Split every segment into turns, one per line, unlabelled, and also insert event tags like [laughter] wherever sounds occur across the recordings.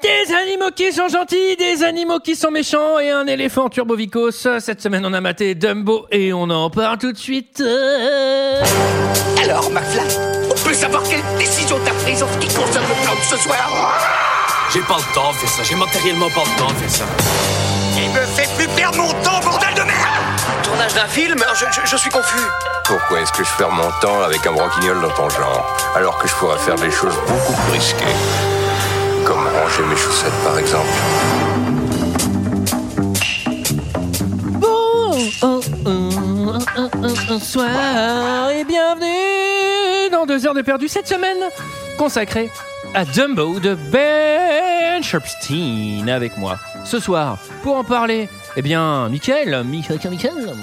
Des animaux qui sont gentils, des animaux qui sont méchants et un éléphant turbovicos. Cette semaine, on a maté Dumbo et on en parle tout de suite. Euh,
Alors, McFly, on peut savoir quelle décision t'as prise en ce qui concerne le plan de ce soir
J'ai pas le temps de faire ça, j'ai matériellement pas le temps de faire ça.
Il me fait plus perdre mon temps, bordel de merde
Tournage d'un film je, je- je suis confus.
Pourquoi est-ce que je perds mon temps avec un broquignol dans ton genre, alors que je pourrais faire des choses beaucoup plus risquées Comme ranger mes chaussettes, par exemple.
Bonsoir et bienvenue dans deux heures de perdu cette semaine consacrée à Dumbo de Ben Sharpstein avec moi ce soir pour en parler. Eh bien, Michael, Michael, Michael.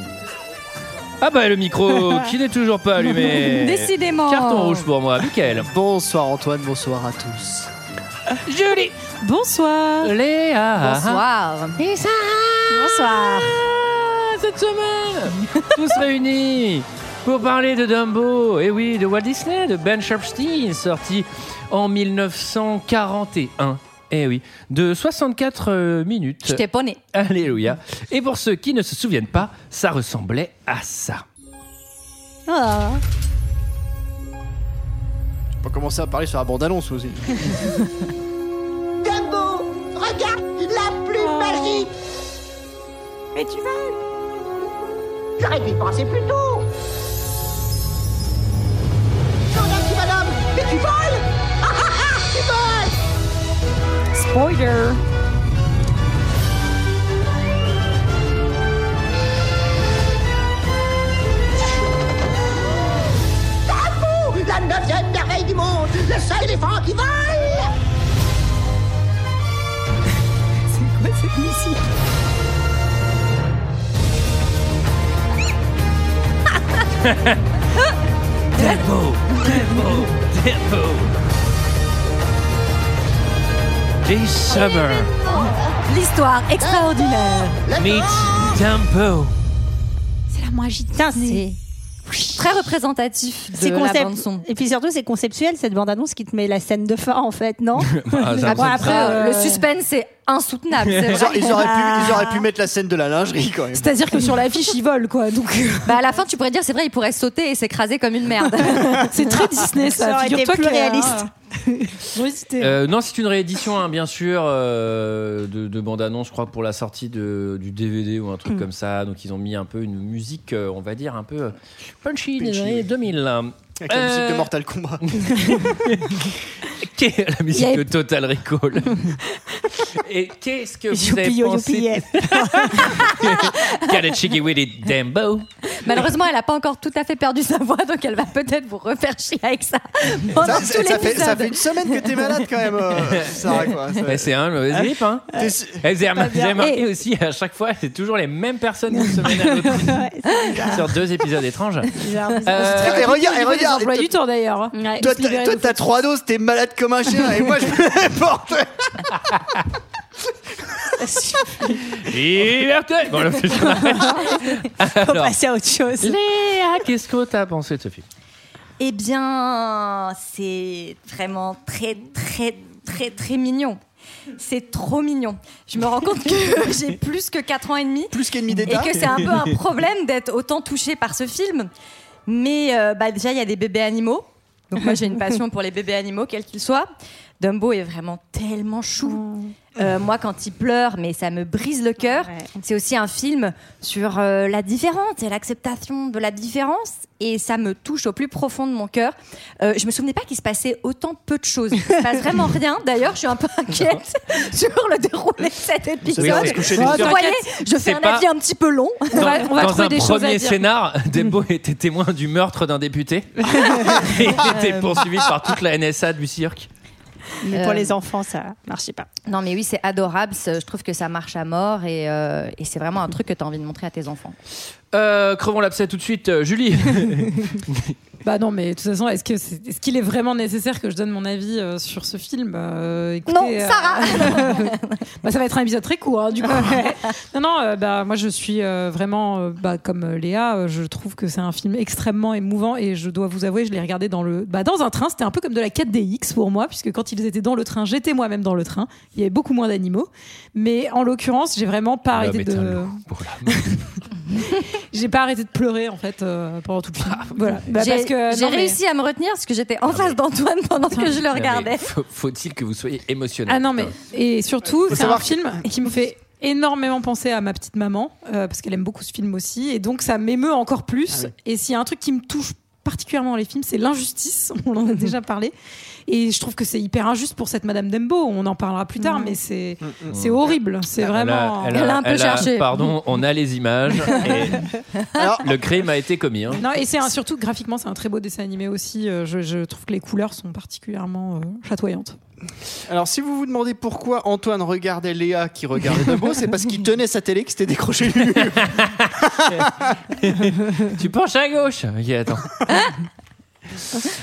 Ah bah le micro
[laughs]
qui n'est toujours pas allumé.
Décidément.
Carton rouge pour moi, Michael.
Bonsoir Antoine, bonsoir à tous.
Julie,
Bonsoir.
Léa.
Bonsoir.
Et ça
Uh-huh. Bonsoir.
Ah, cette semaine Tous réunis pour parler de Dumbo, et oui, de Walt Disney, de Ben Sharpstein, sorti en 1941. Eh oui, de 64 euh, minutes.
Je t'ai pas né.
Alléluia. Et pour ceux qui ne se souviennent pas, ça ressemblait à ça.
Ah.
On peut commencer à parler sur la bande-annonce
[laughs]
aussi.
Dumbo, regarde la plume magique Oh. Mais tu vas J'aurais dû y penser plus tôt J'en ai madame Mais tu voles Ah ah ah Tu voles
Spoiler.
Dumbo La neuvième merveille du monde Le seul éléphant qui vole
Dumbo, Dumbo, Dumbo. This summer
L'histoire extraordinaire.
meets Dumbo.
C'est la magie de
Putain,
Disney.
c'est
Très représentatif de
c'est
la
concept-
bande son.
Et puis surtout, c'est conceptuel cette bande-annonce qui te met la scène de fin en fait,
[laughs]
non
Bah, ça-
Après,
Après, euh,
euh,
le suspense c'est insoutenable. [laughs] c'est
Ils,
vrai.
auraient- ils auraient pu, ils
Ah.
auraient pu mettre la scène de la lingerie quand même.
C'est-à-dire que sur l'affiche, ils volent, quoi. Donc, euh,
[laughs]
Bah, à la fin, tu pourrais dire, c'est vrai, il pourrait sauter et s'écraser comme une [laughs] merde.
c'est très Disney, ça.
Ça aurait été
Figure-toi
plus
qu'il y a-
réaliste.
[laughs] Oui, c'était-
Euh, non, c'est une réédition, hein, bien sûr, euh, de, de bande-annonce, je crois, pour la sortie de, du DVD ou un truc comme ça. Donc, ils ont mis un peu une musique, euh, on va dire, un peu euh, punchy, des
Punchy,
années
oui.
2000.
Avec la
Euh,
musique de Mortal Kombat.
Qu'est- la musique
Il y avait-
de Total Recall. Et qu'est-ce que vous avez
Youpi, yo, youpi,
pensé [laughs]
yeah.
Got it, cheeky with it, Dumbo.
Malheureusement, elle a pas encore tout à fait perdu sa voix, donc elle va peut-être vous refaire chier avec ça.
Ça,
pendant tout
ça, fait, ça
l'épisode.
fait une semaine que t'es malade quand même.
[laughs]
euh, Sarah, quoi. Ça-
Ouais, Eh, c'est un mauvais grip, hein
t'es su-
Et vous avez remar- vous avez remarqué
Et-
aussi, à chaque fois, c'est toujours les mêmes personnes d'une semaine à l'autre
Ouais, c'est
sur deux épisodes étranges.
bizarre, bizarre.
Euh,
Et regarde, et
Au niveau des
regarde.
emplois du temps d'ailleurs. hein.
Ouais.
Toi,
se libérer
t'as- toi,
de
t'as trois doses, t'es malade comme un chien, et moi
[laughs]
je me [laughs] les porte.
Liberté [laughs] Bon, là, je
[laughs]
m'arrête.
Faut
Alors,
passer à autre
Euh,
chose.
Léa, qu'est-ce que t'as pensé de ce film
Eh bien, c'est vraiment très, très, très, très mignon. C'est trop mignon. Je me rends compte que [laughs] j'ai plus que 4 ans et demi
Plus qu'ennemi
et
d'État.
que c'est un peu un problème d'être autant touchée par ce film. Mais euh, bah, déjà, il y a des bébés animaux. Donc moi, j'ai une passion pour les bébés animaux, quels qu'ils soient. Dumbo est vraiment tellement chou. Euh, moi, quand il pleure, mais ça me brise le cœur.
Ouais.
C'est aussi un film sur euh, la différence et l'acceptation de la différence. Et ça me touche au plus profond de mon cœur. Euh, je me souvenais pas qu'il se passait autant peu de choses. Il se passe vraiment rien. D'ailleurs, je suis un peu inquiète [laughs] sur le déroulé de cet épisode.
Oui, c'est-
coucher
Ah,
des
t'inquiète,
Vous voyez, [laughs] je fais
C'est
un
pas-
avis un petit peu long.
on va, on va
Dans
trouver
un
des choses à
premier
dire. [laughs] Euh,
scénar, Dembo était témoin du meurtre d'un député. Et il était poursuivi par toute la NSA du cirque.
Mais pour
Euh,
les enfants, ça marchait pas.
Non, mais oui, c'est adorable. C'est- Je trouve que ça marche à mort et, euh, et c'est vraiment un truc que tu as envie de montrer à tes enfants.
Euh, crevons l'abcès tout de suite, euh, Julie.
Bah non, mais de toute façon, est-ce que c'est- est-ce qu'il est, vraiment nécessaire que je donne mon avis euh, sur ce film Euh, écoutez,
Non,
euh,
Sarah
bah, ça va être un épisode très court, hein, du coup. non, non, euh, bah, moi je suis euh, vraiment, euh, bah, comme euh, Léa, euh, je trouve que c'est un film extrêmement émouvant et je dois vous avouer, je l'ai regardé dans le, bah, dans un train. C'était un peu comme de la 4DX pour moi, puisque quand ils étaient dans le train, j'étais moi-même dans le train. Il y avait beaucoup moins d'animaux, mais en l'occurrence, j'ai vraiment
Ah,
pas
L'homme
arrêté
est un
de,
loup pour l'âme.
[laughs] j'ai pas arrêté de pleurer en fait euh, pendant tout le film. Voilà, Bah,
Ah, J'ai
parce que
j'ai
non, mais-
réussi à me retenir parce que j'étais en face d'Antoine pendant que je le
Non, mais
regardais.
faut- Faut-il que vous soyez émotionnel
Ah non, mais et surtout, c'est un
savoir
film qui me fait énormément penser à ma petite maman euh, parce qu'elle aime beaucoup ce film aussi et donc ça m'émeut encore plus.
Ah
Et s'il y a un truc qui me touche particulièrement dans les films, c'est l'injustice. [laughs] On en a déjà parlé et je trouve que c'est hyper injuste pour cette Madame Dembo. On en parlera plus tard, mais c'est c'est horrible. C'est
Mm, Elle a-
vraiment.
elle a-
Elle a un peu
elle a-
cherché.
Pardon, on a les images. et
Alors,
le crime a été commis.
[laughs]
hein.
Non, et c'est un- surtout graphiquement, c'est un très beau dessin animé aussi. Euh, Je, je trouve que les couleurs sont particulièrement euh, chatoyantes.
alors, si vous vous demandez pourquoi Antoine regardait Léa qui regardait Dumbo, c'est parce qu'il tenait sa télé qui s'était décrochée lui.
Tu penches à gauche. Ok, attends.
[laughs]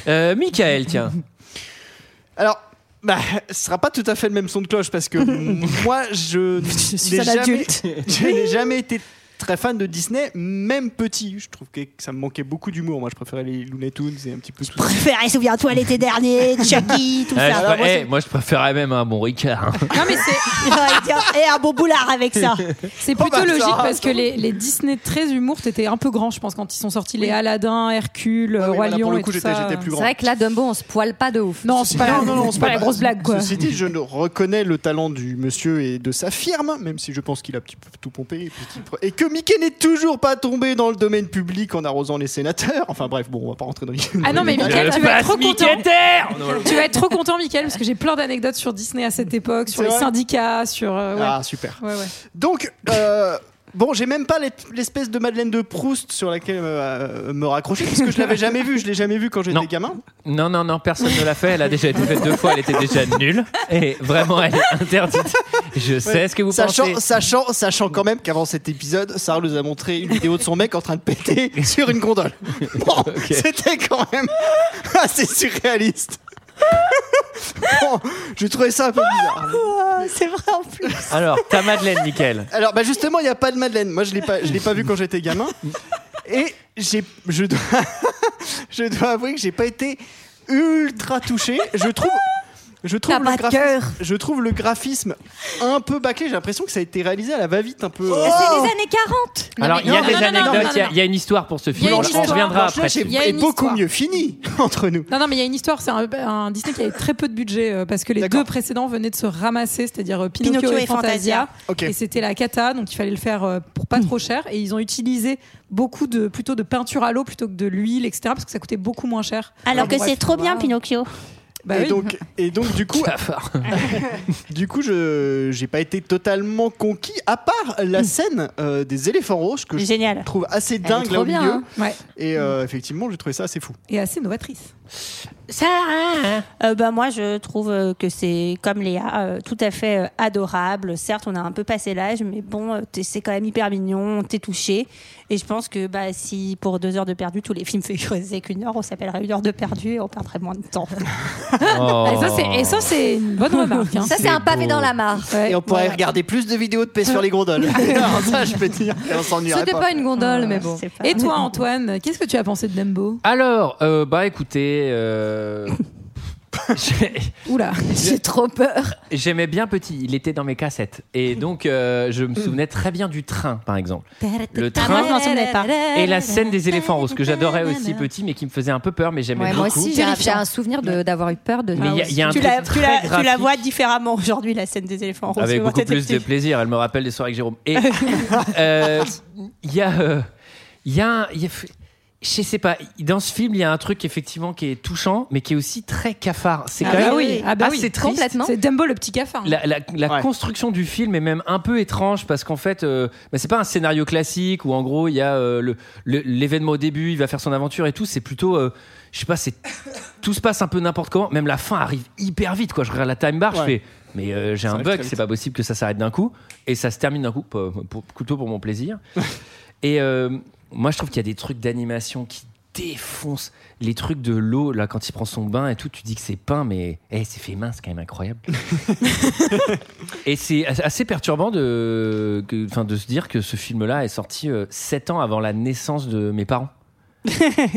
Euh, Michael, tiens.
Alors, bah, ce sera pas tout à fait le même son de cloche parce
[laughs]
que moi, je n'ai
un
jamais,
adulte.
[laughs] je n'ai jamais été très fan de Disney, même petit. Je trouve que ça me manquait beaucoup d'humour. Moi, je préférais les Looney Tunes et un petit peu tout ça.
Préféré, souviens-toi l'été dernier, Chucky, tout
Ah, je
ça.
pr- eh, moi, je préférais même un bon Ricard. hein.
Non, mais c'est.
[laughs] J'aurais dit, Et eh, un bon boulard avec ça.
C'est plutôt
bah, ça
logique
va,
parce
ça
que les, les Disney très humour, t'étais un peu grand, je pense, quand ils sont sortis les Aladdin, Hercule, euh,
Ouais, ouais,
Roi
voilà,
Lion
pour le
et
coup,
tout
j'étais-
ça.
j'étais plus
C'est
grand.
vrai que là, Dumbo, on se poile pas de ouf.
Non, c'est pas,
Non, non, non,
c'est
c'est
pas
pas-
la grosse blague quoi.
Ceci dit, je ne reconnais le talent du monsieur et de sa firme, même si je pense qu'il a petit peu tout pompé. Et, puis qu'il pre- et que Mickey n'est toujours pas tombé dans le domaine public en arrosant les sénateurs. Enfin bref, bon, on va pas rentrer dans les.
Ah
[laughs]
non, mais Mickaël,
Le
tu vas
passe
être trop content.
Mickey-terre
Tu vas être trop content, Mickaël, parce que j'ai plein d'anecdotes sur Disney à cette époque, sur
C'est
les
vrai
syndicats, sur. euh, ouais.
Ah, super.
Ouais, ouais.
Donc, euh, bon, j'ai même pas l'es- l'espèce de Madeleine de Proust sur laquelle euh, me raccrocher, parce que je l'avais jamais vue. Je l'ai jamais vue quand
Non.
j'étais gamin.
[laughs] Non, non, non, personne ne l'a fait. Elle a déjà été faite deux fois. Elle était déjà nulle. Et vraiment, elle est interdite. Je sais ce que vous pensez.
Sachant, sachant, sachant quand même qu'avant cet épisode, Sarah nous a montré une vidéo de son mec en train
[laughs]
de péter sur une gondole. Bon, c'était quand même [laughs] assez surréaliste. [laughs] bon, je trouvais ça un peu bizarre.
C'est vrai en plus.
Alors, ta Madeleine, Michael.
Alors, bah justement, il n'y a pas de Madeleine. Moi, je l'ai pas, je l'ai pas vu quand j'étais gamin. Et j'ai, je dois, [laughs] je dois avouer que j'ai pas été ultra touché. Je trouve. Je trouve,
T'as
le
pas de cœur.
graphisme, je trouve le graphisme un peu bâclé. J'ai l'impression que ça a été réalisé à la va-vite un peu.
Mais Oh C'est les années 40
Alors, il y a
non,
des
non, non, non,
anecdotes, il y a-
non.
il y, a une histoire pour ce
y a
film.
une
On
histoire.
reviendra après.
Blanche-Neige
dessus.
Il y a
est, est
une
beaucoup
histoire.
mieux fini [laughs] entre nous.
Non, non, mais il y a une histoire, c'est un, un Disney qui avait très peu de budget euh, parce que les
D'accord.
deux précédents venaient de se ramasser, c'est-à-dire euh, Pinocchio,
Pinocchio
et
et
Fantasia.
Fantasia.
Ok.
Et c'était la cata, donc il fallait le faire euh, pour pas trop cher. Et ils ont utilisé beaucoup de, plutôt de peinture à l'eau plutôt que de l'huile, etc. Parce que ça coûtait beaucoup moins cher.
Alors que
bref.
c'est trop bien, Pinocchio.
Bah
et,
oui.
donc, et donc,
[laughs]
du coup,
Cafard.
du coup, je j'ai pas été totalement conquis, à part
Mm.
la scène euh, des éléphants roses que je
Génial.
trouve assez dingue
trop
là au
bien,
milieu.
hein.
Ouais.
Et euh, effectivement, j'ai trouvé ça assez fou.
Et assez novatrice.
Euh, bah, moi, je trouve euh, que c'est, comme Léa, euh, tout à fait euh, adorable. Certes, on a un peu passé l'âge, mais bon, euh, t'es- c'est quand même hyper mignon, t'es touché. Et je pense que bah, si pour deux heures de perdu, tous les films faisaient [laughs] qu'une heure, on s'appellerait une heure de perdu et on perdrait moins de temps.
Oh.
Ah, Et ça, c'est- Et ça, c'est une
[laughs]
bonne remarque. hein.
Ça, c'est un pavé
beau.
dans la mare.
[laughs] Ouais.
Et on pourrait regarder plus de vidéos de paix sur les [laughs] gondoles. Alors ça, je peux dire. Et on s'ennuierait
C'était
pas.
pas une gondole, mais bon.
C'est pas-
Et
[laughs]
toi, Antoine, qu'est-ce que tu as pensé de Dumbo
Alors, euh, bah écoutez, euh, j'ai-
Oula.
J'ai trop peur.
j'aimais bien petit, il était dans mes cassettes. Et donc, euh, je me souvenais très bien du train, par exemple. Le
moi,
train
je m'en souvenais pas.
et la scène des éléphants roses, que j'adorais aussi petit, mais qui me faisait un peu peur, mais j'aimais
Ouais,
beaucoup.
moi aussi, j'ai un- j'ai un souvenir de- d'avoir eu peur de.
Mais il y a- il y, a un
Tu
truc
la, tu, la,
très
tu la
graphique.
vois différemment aujourd'hui, la scène des éléphants roses.
Avec
Quand
beaucoup
t'étais
plus de
petit.
plaisir. Elle me rappelle les soirées avec Jérôme.
[laughs]
Et euh, il y a, euh, il y a, un- il y a- je sais pas. Dans ce film, il y a un truc effectivement qui est touchant, mais qui est aussi très cafard. C'est
Ah
quand
bah
même
oui, ah bah
assez
oui.
triste.
Complètement.
C'est Dumbo le petit cafard.
La, la- la
Ouais.
construction du film est même un peu étrange parce qu'en fait, euh, bah, c'est pas un scénario classique où en gros il y a euh, le- le- l'événement au début, il va faire son aventure et tout. C'est plutôt, euh, je sais pas, c'est tout se passe un peu n'importe comment. Même la fin arrive hyper vite. Quoi, je regarde la time bar, je
Ouais.
fais, mais euh, j'ai un
arrive
bug,
très
c'est
vite.
pas possible que ça s'arrête d'un coup et ça se termine d'un coup,
[laughs]
pour- pour- plutôt pour mon plaisir. et euh, moi, je trouve qu'il y a des trucs d'animation qui défonce les trucs de l'eau là quand il prend son bain et tout. Tu dis que c'est peint, mais eh, c'est fait mince, c'est quand même incroyable. et c'est as- assez perturbant de, que- enfin, de se dire que ce film-là est sorti 7 ans avant la naissance de mes
[laughs]
parents.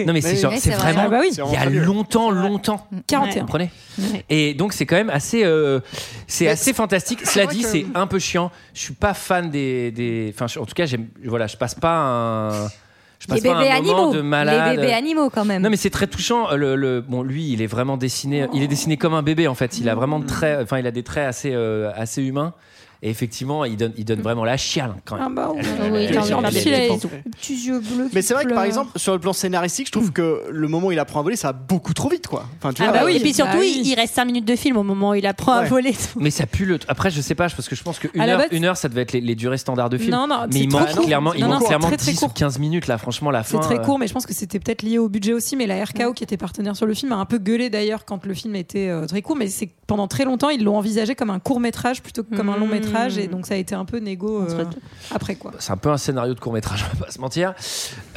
non mais c'est
Oui,
genre-
oui,
c'est
c'est vrai.
vraiment
Ah bah oui.
il y a longtemps longtemps
41.
vous comprenez
Ouais.
et donc c'est quand même assez euh, c'est assez fantastique cela dit c'est un peu chiant je suis pas fan des des enfin je- en tout cas j'aime voilà je passe pas un je passe
Les
pas
bébés
un moment
animaux.
de malade
Les bébés animaux, quand même.
non mais c'est très touchant. Euh, Le, le- bon, lui, il est vraiment dessiné. Il est dessiné comme un bébé en fait. Il a vraiment de traits. Enfin, il a des traits assez euh, assez humains. Et effectivement, il donne il donne vraiment la chiale quand
Ah
même.
bah,
Oui,
Elle-
dans
elle-
le
elle-
filet,
elle-
ils ont des petits yeux bleus.
Mais
qui
c'est vrai que par
pleurent.
exemple, sur le plan scénaristique, je trouve que le moment où il apprend à voler, ça va beaucoup trop vite quoi. Enfin, tu
Ah
vois, euh,
bah oui, et puis surtout,
Bah oui.
il il reste 5 minutes de film au moment où il apprend à
Ouais.
voler.
Mais ça pue le. Après, je sais pas, parce que je pense que une
À la
heure,
base-
une heure, ça devait être les, les durées standards de film.
Non, non,
mais
c'est
il
trop
manque
court.
clairement, il
Non, non,
manque
c'est
clairement
très, très
10 ou
court.
15 minutes là. Franchement, la
C'est
fin.
très
euh,
court, mais je pense que c'était peut-être lié au budget aussi. Mais la RKO, qui était partenaire sur le film, a un peu gueulé d'ailleurs quand le film était euh, très court. Mais c'est pendant très longtemps, ils l'ont envisagé comme un court métrage plutôt que comme un long métrage.
Hmm.
Et donc ça a été un peu négo euh, après quoi.
C'est un peu un scénario de court métrage, on va pas se mentir.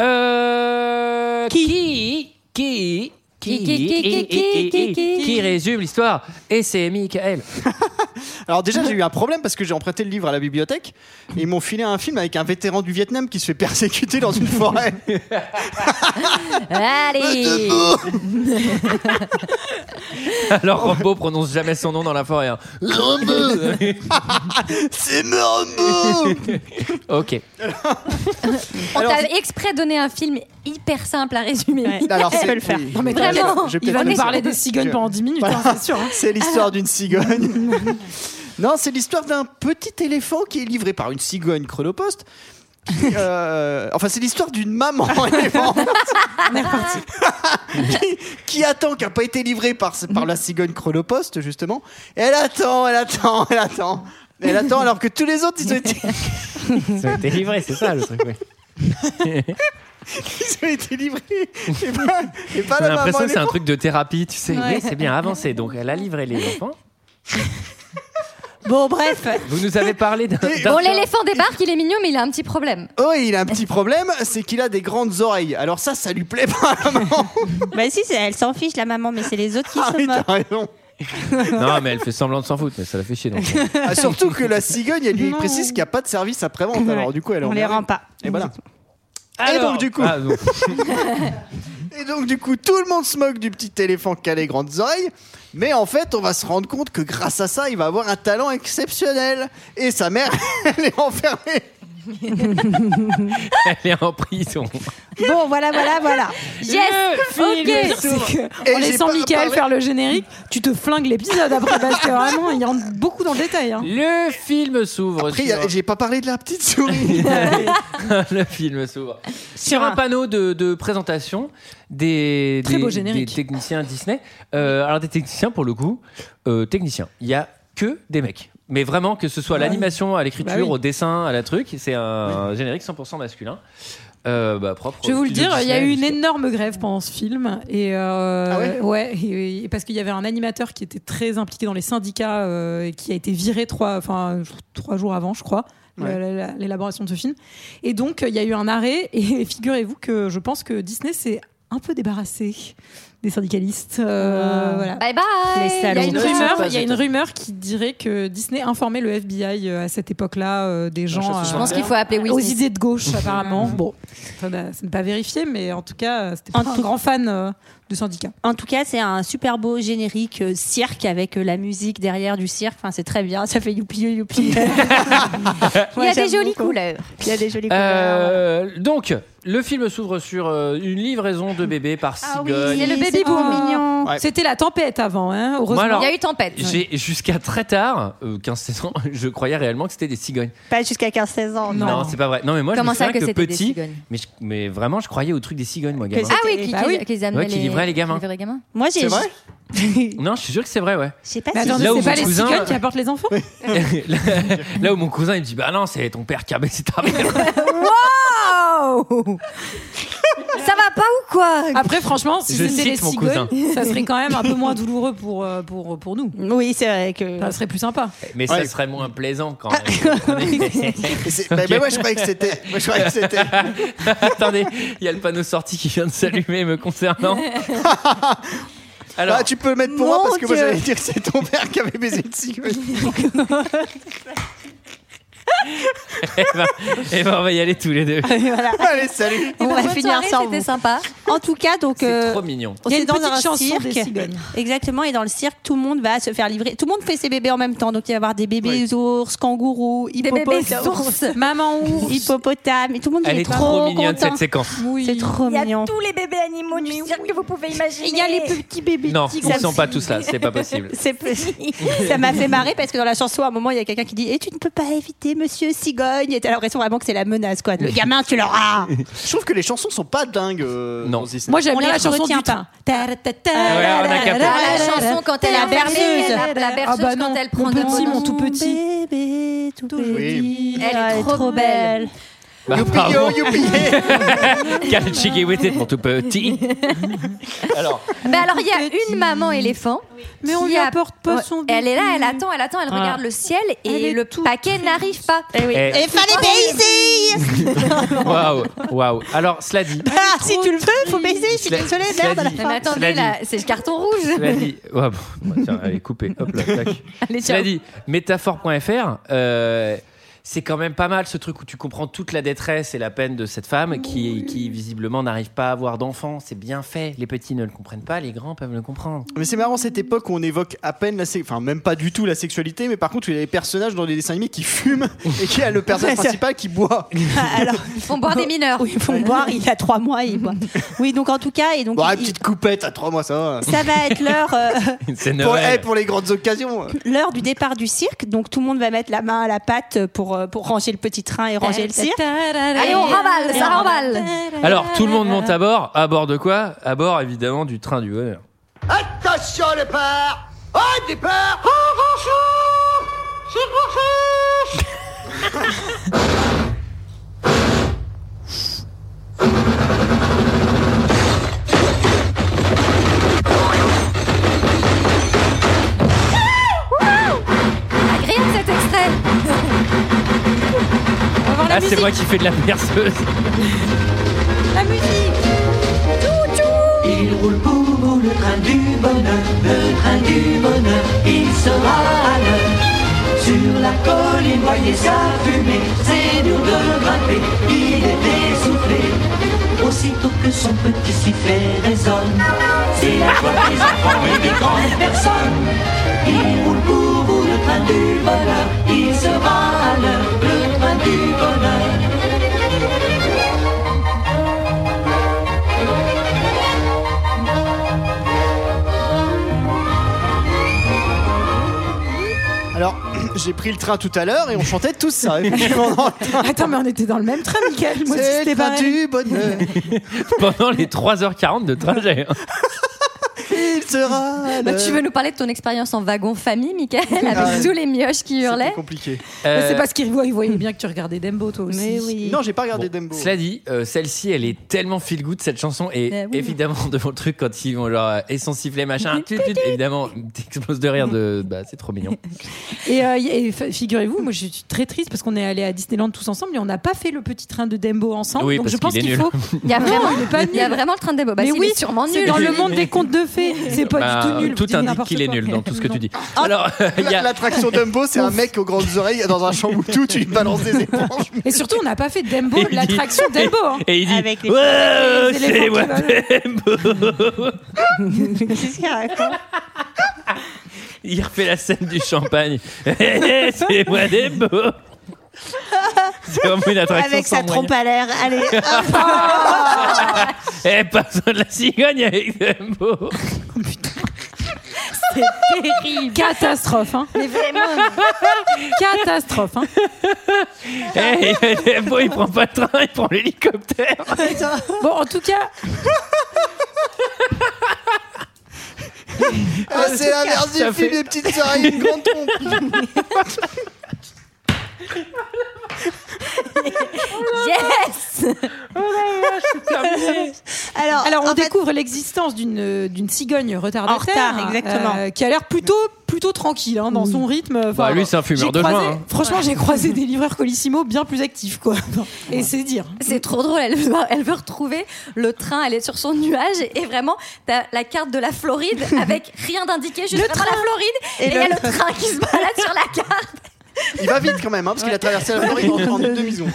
Euh, qui qui qui
Qui, qui, qui,
et-
qui,
et-
qui,
et-
qui,
qui
qui
résume l'histoire Et c'est Michael.
Alors déjà, j'ai eu un problème parce que j'ai emprunté le livre à la bibliothèque et ils m'ont filé un film avec un vétéran du Vietnam qui se fait persécuter dans une [laughs] forêt.
Allez
Alors Rambo prononce jamais son nom dans la forêt. hein.
[laughs] C'est Rambo
Ok.
On
Alors,
t'a exprès donné un film hyper simple à résumer.
Ouais.
Alors,
Je
c'est
peux le faire.
oui.
Non, mais
Je vais
Vraiment.
peut-être- je vais
Il
peut-être
va
le
nous
faire.
parler des cigognes pendant 10 minutes,
Voilà.
hein, c'est sûr. hein.
[laughs] C'est l'histoire d'une cigogne. [laughs] non, c'est l'histoire d'un petit éléphant qui est livré par une cigogne chronopost.
[laughs]
qui, euh, enfin, c'est l'histoire d'une maman [laughs] éléphant [laughs] qui, qui attend, qui n'a pas été livrée par, par la cigogne chronopost, justement. Et elle attend, elle attend, [laughs] elle attend. Elle attend alors que tous les autres, ils ont
[laughs]
été,
Ça a été livré, c'est ça le truc. ouais.
ils ont été livrés. Et pas, et pas
J'ai
la maman
l'impression que c'est un
éléphant.
truc de thérapie, tu sais.
Ouais.
Oui, c'est bien avancé. Donc elle a livré les enfants.
Bon, bref.
Vous nous avez parlé d'un.
Et-
d'un-
Bon, l'éléphant débarque, il est mignon, mais il a un petit problème.
Oh, et il a un petit problème, c'est qu'il a des grandes oreilles. Alors ça, ça lui plaît pas à la
[laughs]
maman.
bah si, c'est- elle s'en fiche, la maman, mais c'est les autres qui
Ah
se
oui,
moquent.
t'as raison.
Non, mais elle fait semblant de s'en foutre, mais ça la fait chier. Donc.
[laughs]
Ah, surtout que la cigogne, elle lui
Non.
précise qu'il n'y a pas de service après-vente. Alors,
Ouais.
du coup, elle en
On les
merde.
rend pas.
Et voilà.
Alors-
donc, du coup-
Ah, non.
Et donc, du coup, tout le monde se moque du petit éléphant qui a les grandes oreilles. Mais en fait, on va se rendre compte que grâce à ça, il va avoir un talent exceptionnel. Et sa mère, [laughs] elle est enfermée.
elle est en [laughs] prison.
Bon, voilà, voilà, voilà.
Yes
Le pire,
Ok
c'est que
Et
en
j'ai
laissant
pas
Michael
parlé-
faire le générique, tu te flingues l'épisode après parce que vraiment, il rentre beaucoup dans le détail. hein.
Le film s'ouvre.
Après, il y
sur-
a- j'ai pas parlé de la petite
[laughs]
souris.
[laughs] le film s'ouvre. Sur un panneau de, de présentation des,
Ah. Très
des-
beau générique.
des techniciens Disney. Euh, alors, des techniciens, pour le coup, euh, techniciens. Il y a que des mecs. Mais vraiment, que ce soit à l'animation, à l'écriture,
Ah Bah oui.
au dessin, à la truc, c'est un générique 100% masculin. Euh, bah, propre
Je vais
au
vous le
studio
dire, il y a
Disney,
eu une
jusqu'à-
énorme grève pendant ce film. Et euh,
Ah ouais
et- et parce qu'il y avait un animateur qui était très impliqué dans les syndicats euh, et qui a été viré trois, enfin, je- trois jours avant, je crois.
Ouais.
euh, la- la- L'élaboration de ce film. Et donc, euh, il y a eu un arrêt. Et [laughs] figurez-vous que je pense que Disney s'est un peu débarrassé des syndicalistes. euh,
Ah.
voilà.
Bye bye
Les salons.
Il y a
Il
une
y a
Ouais,
rumeur,
c'est pas
il y a une
étonnant.
rumeur qui dirait que Disney informait le FBI euh, à cette époque-là euh,
Bah,
des gens
ça, c'est
euh,
Je pense qu'il faut appeler
aux
Will Smith.
idées de gauche
[laughs]
apparemment. bon, ça n'a- ça n'est pas vérifié, mais en tout cas, euh, c'était pas
En
un
tout-
grand fan euh, de syndicat.
En tout cas, c'est un super beau générique euh, cirque avec euh, la musique derrière du cirque. Enfin, c'est très bien. Ça fait youpi [laughs] youpi.
Il y a des jolies couleurs.
Il y a des jolies couleurs.
Euh, donc, le film s'ouvre sur euh, une livraison de bébés par
Ah
Sigogne.
c'est le bébé
c'est
boom.
trop mignon.
Ouais.
C'était la tempête avant, hein, heureusement.
Moi, alors-
Il y a eu tempête.
J'ai jusqu'à très tard, euh, 15-16 ans, [laughs] je croyais réellement que c'était des cigognes.
Pas jusqu'à 15-16 ans.
Non,
Non.
c'est pas vrai. Non, mais moi, je
Comment
me
ça
souviens que,
que c'était des
petit,
cigognes
mais, je- mais vraiment, je croyais au truc des cigognes, moi, gamin.
Ah oui, qui,
Bah
qui-
oui.
qu'ils amenaient
Ouais, qui livraient les gamins.
qui livraient les gamins.
Moi, j'ai.
C'est vrai
Je
Non, je suis sûr que c'est vrai, ouais.
sais pas
Mais
si.
attendez,
Là où
c'est
mon
pas les
cousin-
cigognes qui apportent
[laughs]
les enfants
là, là où mon cousin, il me dit, bah non, c'est ton père qui a baissé ta mère.
Ça va pas ou quoi
Après, franchement, si
Je
c'était les
cite mon cousin.
cigognes, ça serait quand même un
[laughs]
peu moins douloureux pour, euh, pour, pour nous.
Oui, c'est vrai que.
Ça serait plus sympa.
Mais
Ouais.
ça serait moins plaisant
[laughs]
quand
Ah.
même.
Mais c'est- bah, bah, ouais, je croyais que c'était. moi, je croyais que c'était.
Attendez, il y a le panneau sorti qui vient de s'allumer me concernant. Alors,
Ah, tu peux le mettre pour moi
Mon
parce que moi
Dieu.
j'allais dire que c'est ton père qui avait baisé une
[laughs]
cigogne.
eh ben- eh ben, on va y aller tous les deux.
[laughs] Voilà.
Allez,
Eh
salut.
On va finir sans
ben, C'était
vous.
sympa.
En tout cas, donc.
C'est
euh,
trop mignon.
on
Il y a
est
une
dans
petite
un
chanson
cirque.
des cigognes.
Exactement, et dans le cirque, tout le monde va se faire livrer. Tout le monde fait ses bébés en même temps. Donc il va y avoir des bébés ours, kangourous, hippopotames.
bébés ours.
Maman ours.
Hippopotames. Et tout le monde
Elle
il
est
est
trop, mignonne
content.
cette séquence.
Oui.
C'est trop
Il y a
mignon.
tous les bébés animaux du cirque que vous pouvez imaginer.
Il y a les petits bébés.
Non,
tigres.
ils sont pas tous là, c'est pas possible.
C'est possible. ça m'a fait marrer parce que dans la chanson, à un moment, il y a quelqu'un qui dit Et tu ne peux pas éviter Monsieur Cigogne. Et t'as l'impression vraiment que c'est la menace, quoi. Le gamin, tu l'auras.
Je trouve que les chansons sont pas dingues. euh,
Non.
dans ce Disney.
Moi, j'aime
On
bien
les
la chanson
retient
du
pas.
train.
Ouais, on a capté.
Ah, la chanson quand elle
la
est berceuse.
berceuse.
La, la berceuse
bah, Ah bah non,
quand elle
mon
prend de
petit,
bonheur.
mon tout petit.
Bébé, tout petit.
Elle est
Ah,
trop belle.
Bah,
Yo,
pardon,
youpi.
[laughs]
Can't she get with it, mon tout petit.
Mais Bah, alors, il y a une maman éléphant.
Mais on
qui
lui
a-
apporte pas
Ouais,
son
Elle est là,
bébé.
elle attend, elle attend, elle
Ouais.
regarde le ciel
Elle
et
est
le
toute
paquet n'arrive pas.
Eh,
Et fallait baiser
Waouh, waouh. Alors, cela dit,
Ah, Si tu le veux, faut baiser, je suis
Cela-
désolée,
cela
merde. à la
dit-
fin.
Non, Mais
Cela
attendez,
dit-
là, c'est le carton rouge.
cela dit, Ouais, bon, [laughs] bah, tiens, allez, coupez. Hop là, tac.
[laughs]
Allez,
Cela
ciao.
dit, métaphore.fr, euh, c'est quand même pas mal ce truc où tu comprends toute la détresse et la peine de cette femme qui, qui visiblement n'arrive pas à avoir d'enfant. C'est bien fait. Les petits ne le comprennent pas, les grands peuvent le comprendre.
Mais c'est marrant cette époque où on évoque à peine la sé- enfin même pas du tout la sexualité, mais par contre il y a des personnages dans les dessins animés qui fument et qui a le personnage
Ouais, ça-
principal qui boit.
[laughs]
Ah, Alors,
Ils font boire des mineurs.
oui, faut boire, il a trois mois, il
[laughs]
boit. Oui, donc en tout cas, et donc.
Bon, une
il-
petite coupette à trois mois, ça va.
Ça va être l'heure
[laughs]
euh,
[laughs]
[laughs]
C'est
Pour, eh,
Noël.
pour les grandes occasions.
l'heure du départ du cirque, donc tout le monde va mettre la main à la patte pour, euh, pour ranger le petit train et ranger le cirque.
Allez, on remballe, ça remballe.
Alors, tout le monde monte à bord. À bord de quoi À bord, évidemment, du train du bonheur.
Attention le père Au départ Oh, bonjour C'est bonjour
Agréable cet extrait.
Ah, c'est moi qui fais de la berceuse.
Il roule pour vous le train du bonheur, le train du bonheur, il sera à l'heure. Sur la colline, voyez sa fumée, c'est dur de grimper, il est essoufflé. Aussitôt que son petit sifflet résonne, c'est la joie des enfants et des grandes personnes. Il roule pour vous le train du bonheur, il sera à l'heure, le train du bonheur.
Alors [clears throat] j'ai pris le train tout à l'heure et on chantait tous ça. effectivement, dans le train.
Attends, mais on était dans le même train, Michael. Moi,
C'est
c'était
le train
pas
du bonheur,
[laughs] Pendant les 3h40 de trajet. hein.
il sera. à
Bah,
l'heure.
tu veux nous parler de ton expérience en wagon famille, Michael,
Euh. Ah
avec
ouais.
tous les mioches qui
C'était
hurlaient
compliqué.
Mais
Euh,
c'est parce qu'il voyait, il voyait bien que tu regardais Dembo, toi aussi.
Mais oui.
Non, j'ai pas regardé
Bon,
Dumbo.
Cela dit, euh, celle-ci, elle est tellement feel good cette chanson et
Eh oui.
évidemment devant le truc quand ils vont genre euh, et son sifflet machin, tut, tut, évidemment t'exploses de rire de bah c'est trop mignon.
Et, euh, y- et f- figurez-vous, moi je suis très triste parce qu'on est allé à Disneyland tous ensemble et on n'a pas fait le petit train de Dembo ensemble.
Oui,
donc
parce
je pense
qu'il est
qu'il
nul.
faut.
Il y a
Non,
vraiment,
il est pas
il y a
nul.
vraiment le train de débat. Bah,
Mais
si, il
oui,
est sûrement
C'est
nul.
dans
[laughs]
le monde des contes de fées. C'est pas
Bah,
du tout nul. c'est
indique
n'importe
qu'il est
quoi.
nul dans tout ce que tu dis.
Ah.
Alors [laughs] il y
La-
a
L'attraction Dumbo, c'est un mec aux grandes oreilles dans un champ où tout, tu lui balances des éponges.
Et surtout, on n'a pas fait Dembo,
Et il dit-
l'attraction Dembo.
[laughs]
hein.
et il dit
Avec les-
Wow,
les
c'est
éléphants qui
Watembo.
Qu'est-ce qu'il raconte
[laughs] Il refait la scène du champagne. [laughs] Eh, c'est Watembo. C'est vraiment une attraction
Avec
sans
sa
moyen.
trompe à l'air.
[laughs]
Allez,
Eh, passons de la cigogne avec Dembo.
Catastrophe. Hein. Catastrophe. Hein.
Eh, Dembo, il prend pas le train, il prend l'hélicoptère.
Bon, en tout cas,
Ah, c'est la merde du
ça
film,
fait-
les petites oreilles, une grande trompe.
Yes
Terminé.
Ah, l'existence d'une d'une cigogne retardataire. euh,
En retard, exactement.
qui a l'air plutôt plutôt tranquille hein, dans son rythme. Enfin,
Bah, lui, c'est un fumeur
j'ai
de
croisé-
joint, hein.
Franchement, j'ai croisé des livreurs Colissimo bien plus actifs, quoi. Et c'est dire.
C'est trop drôle, elle veut, elle veut retrouver le train, elle est sur son nuage et vraiment, t'as la carte de la Floride avec rien d'indiqué, juste vraiment la Floride et il y a le train qui se balade sur la carte.
Il va vite quand même, hein, parce qu'il a traversé la Floride en en demi-seconde.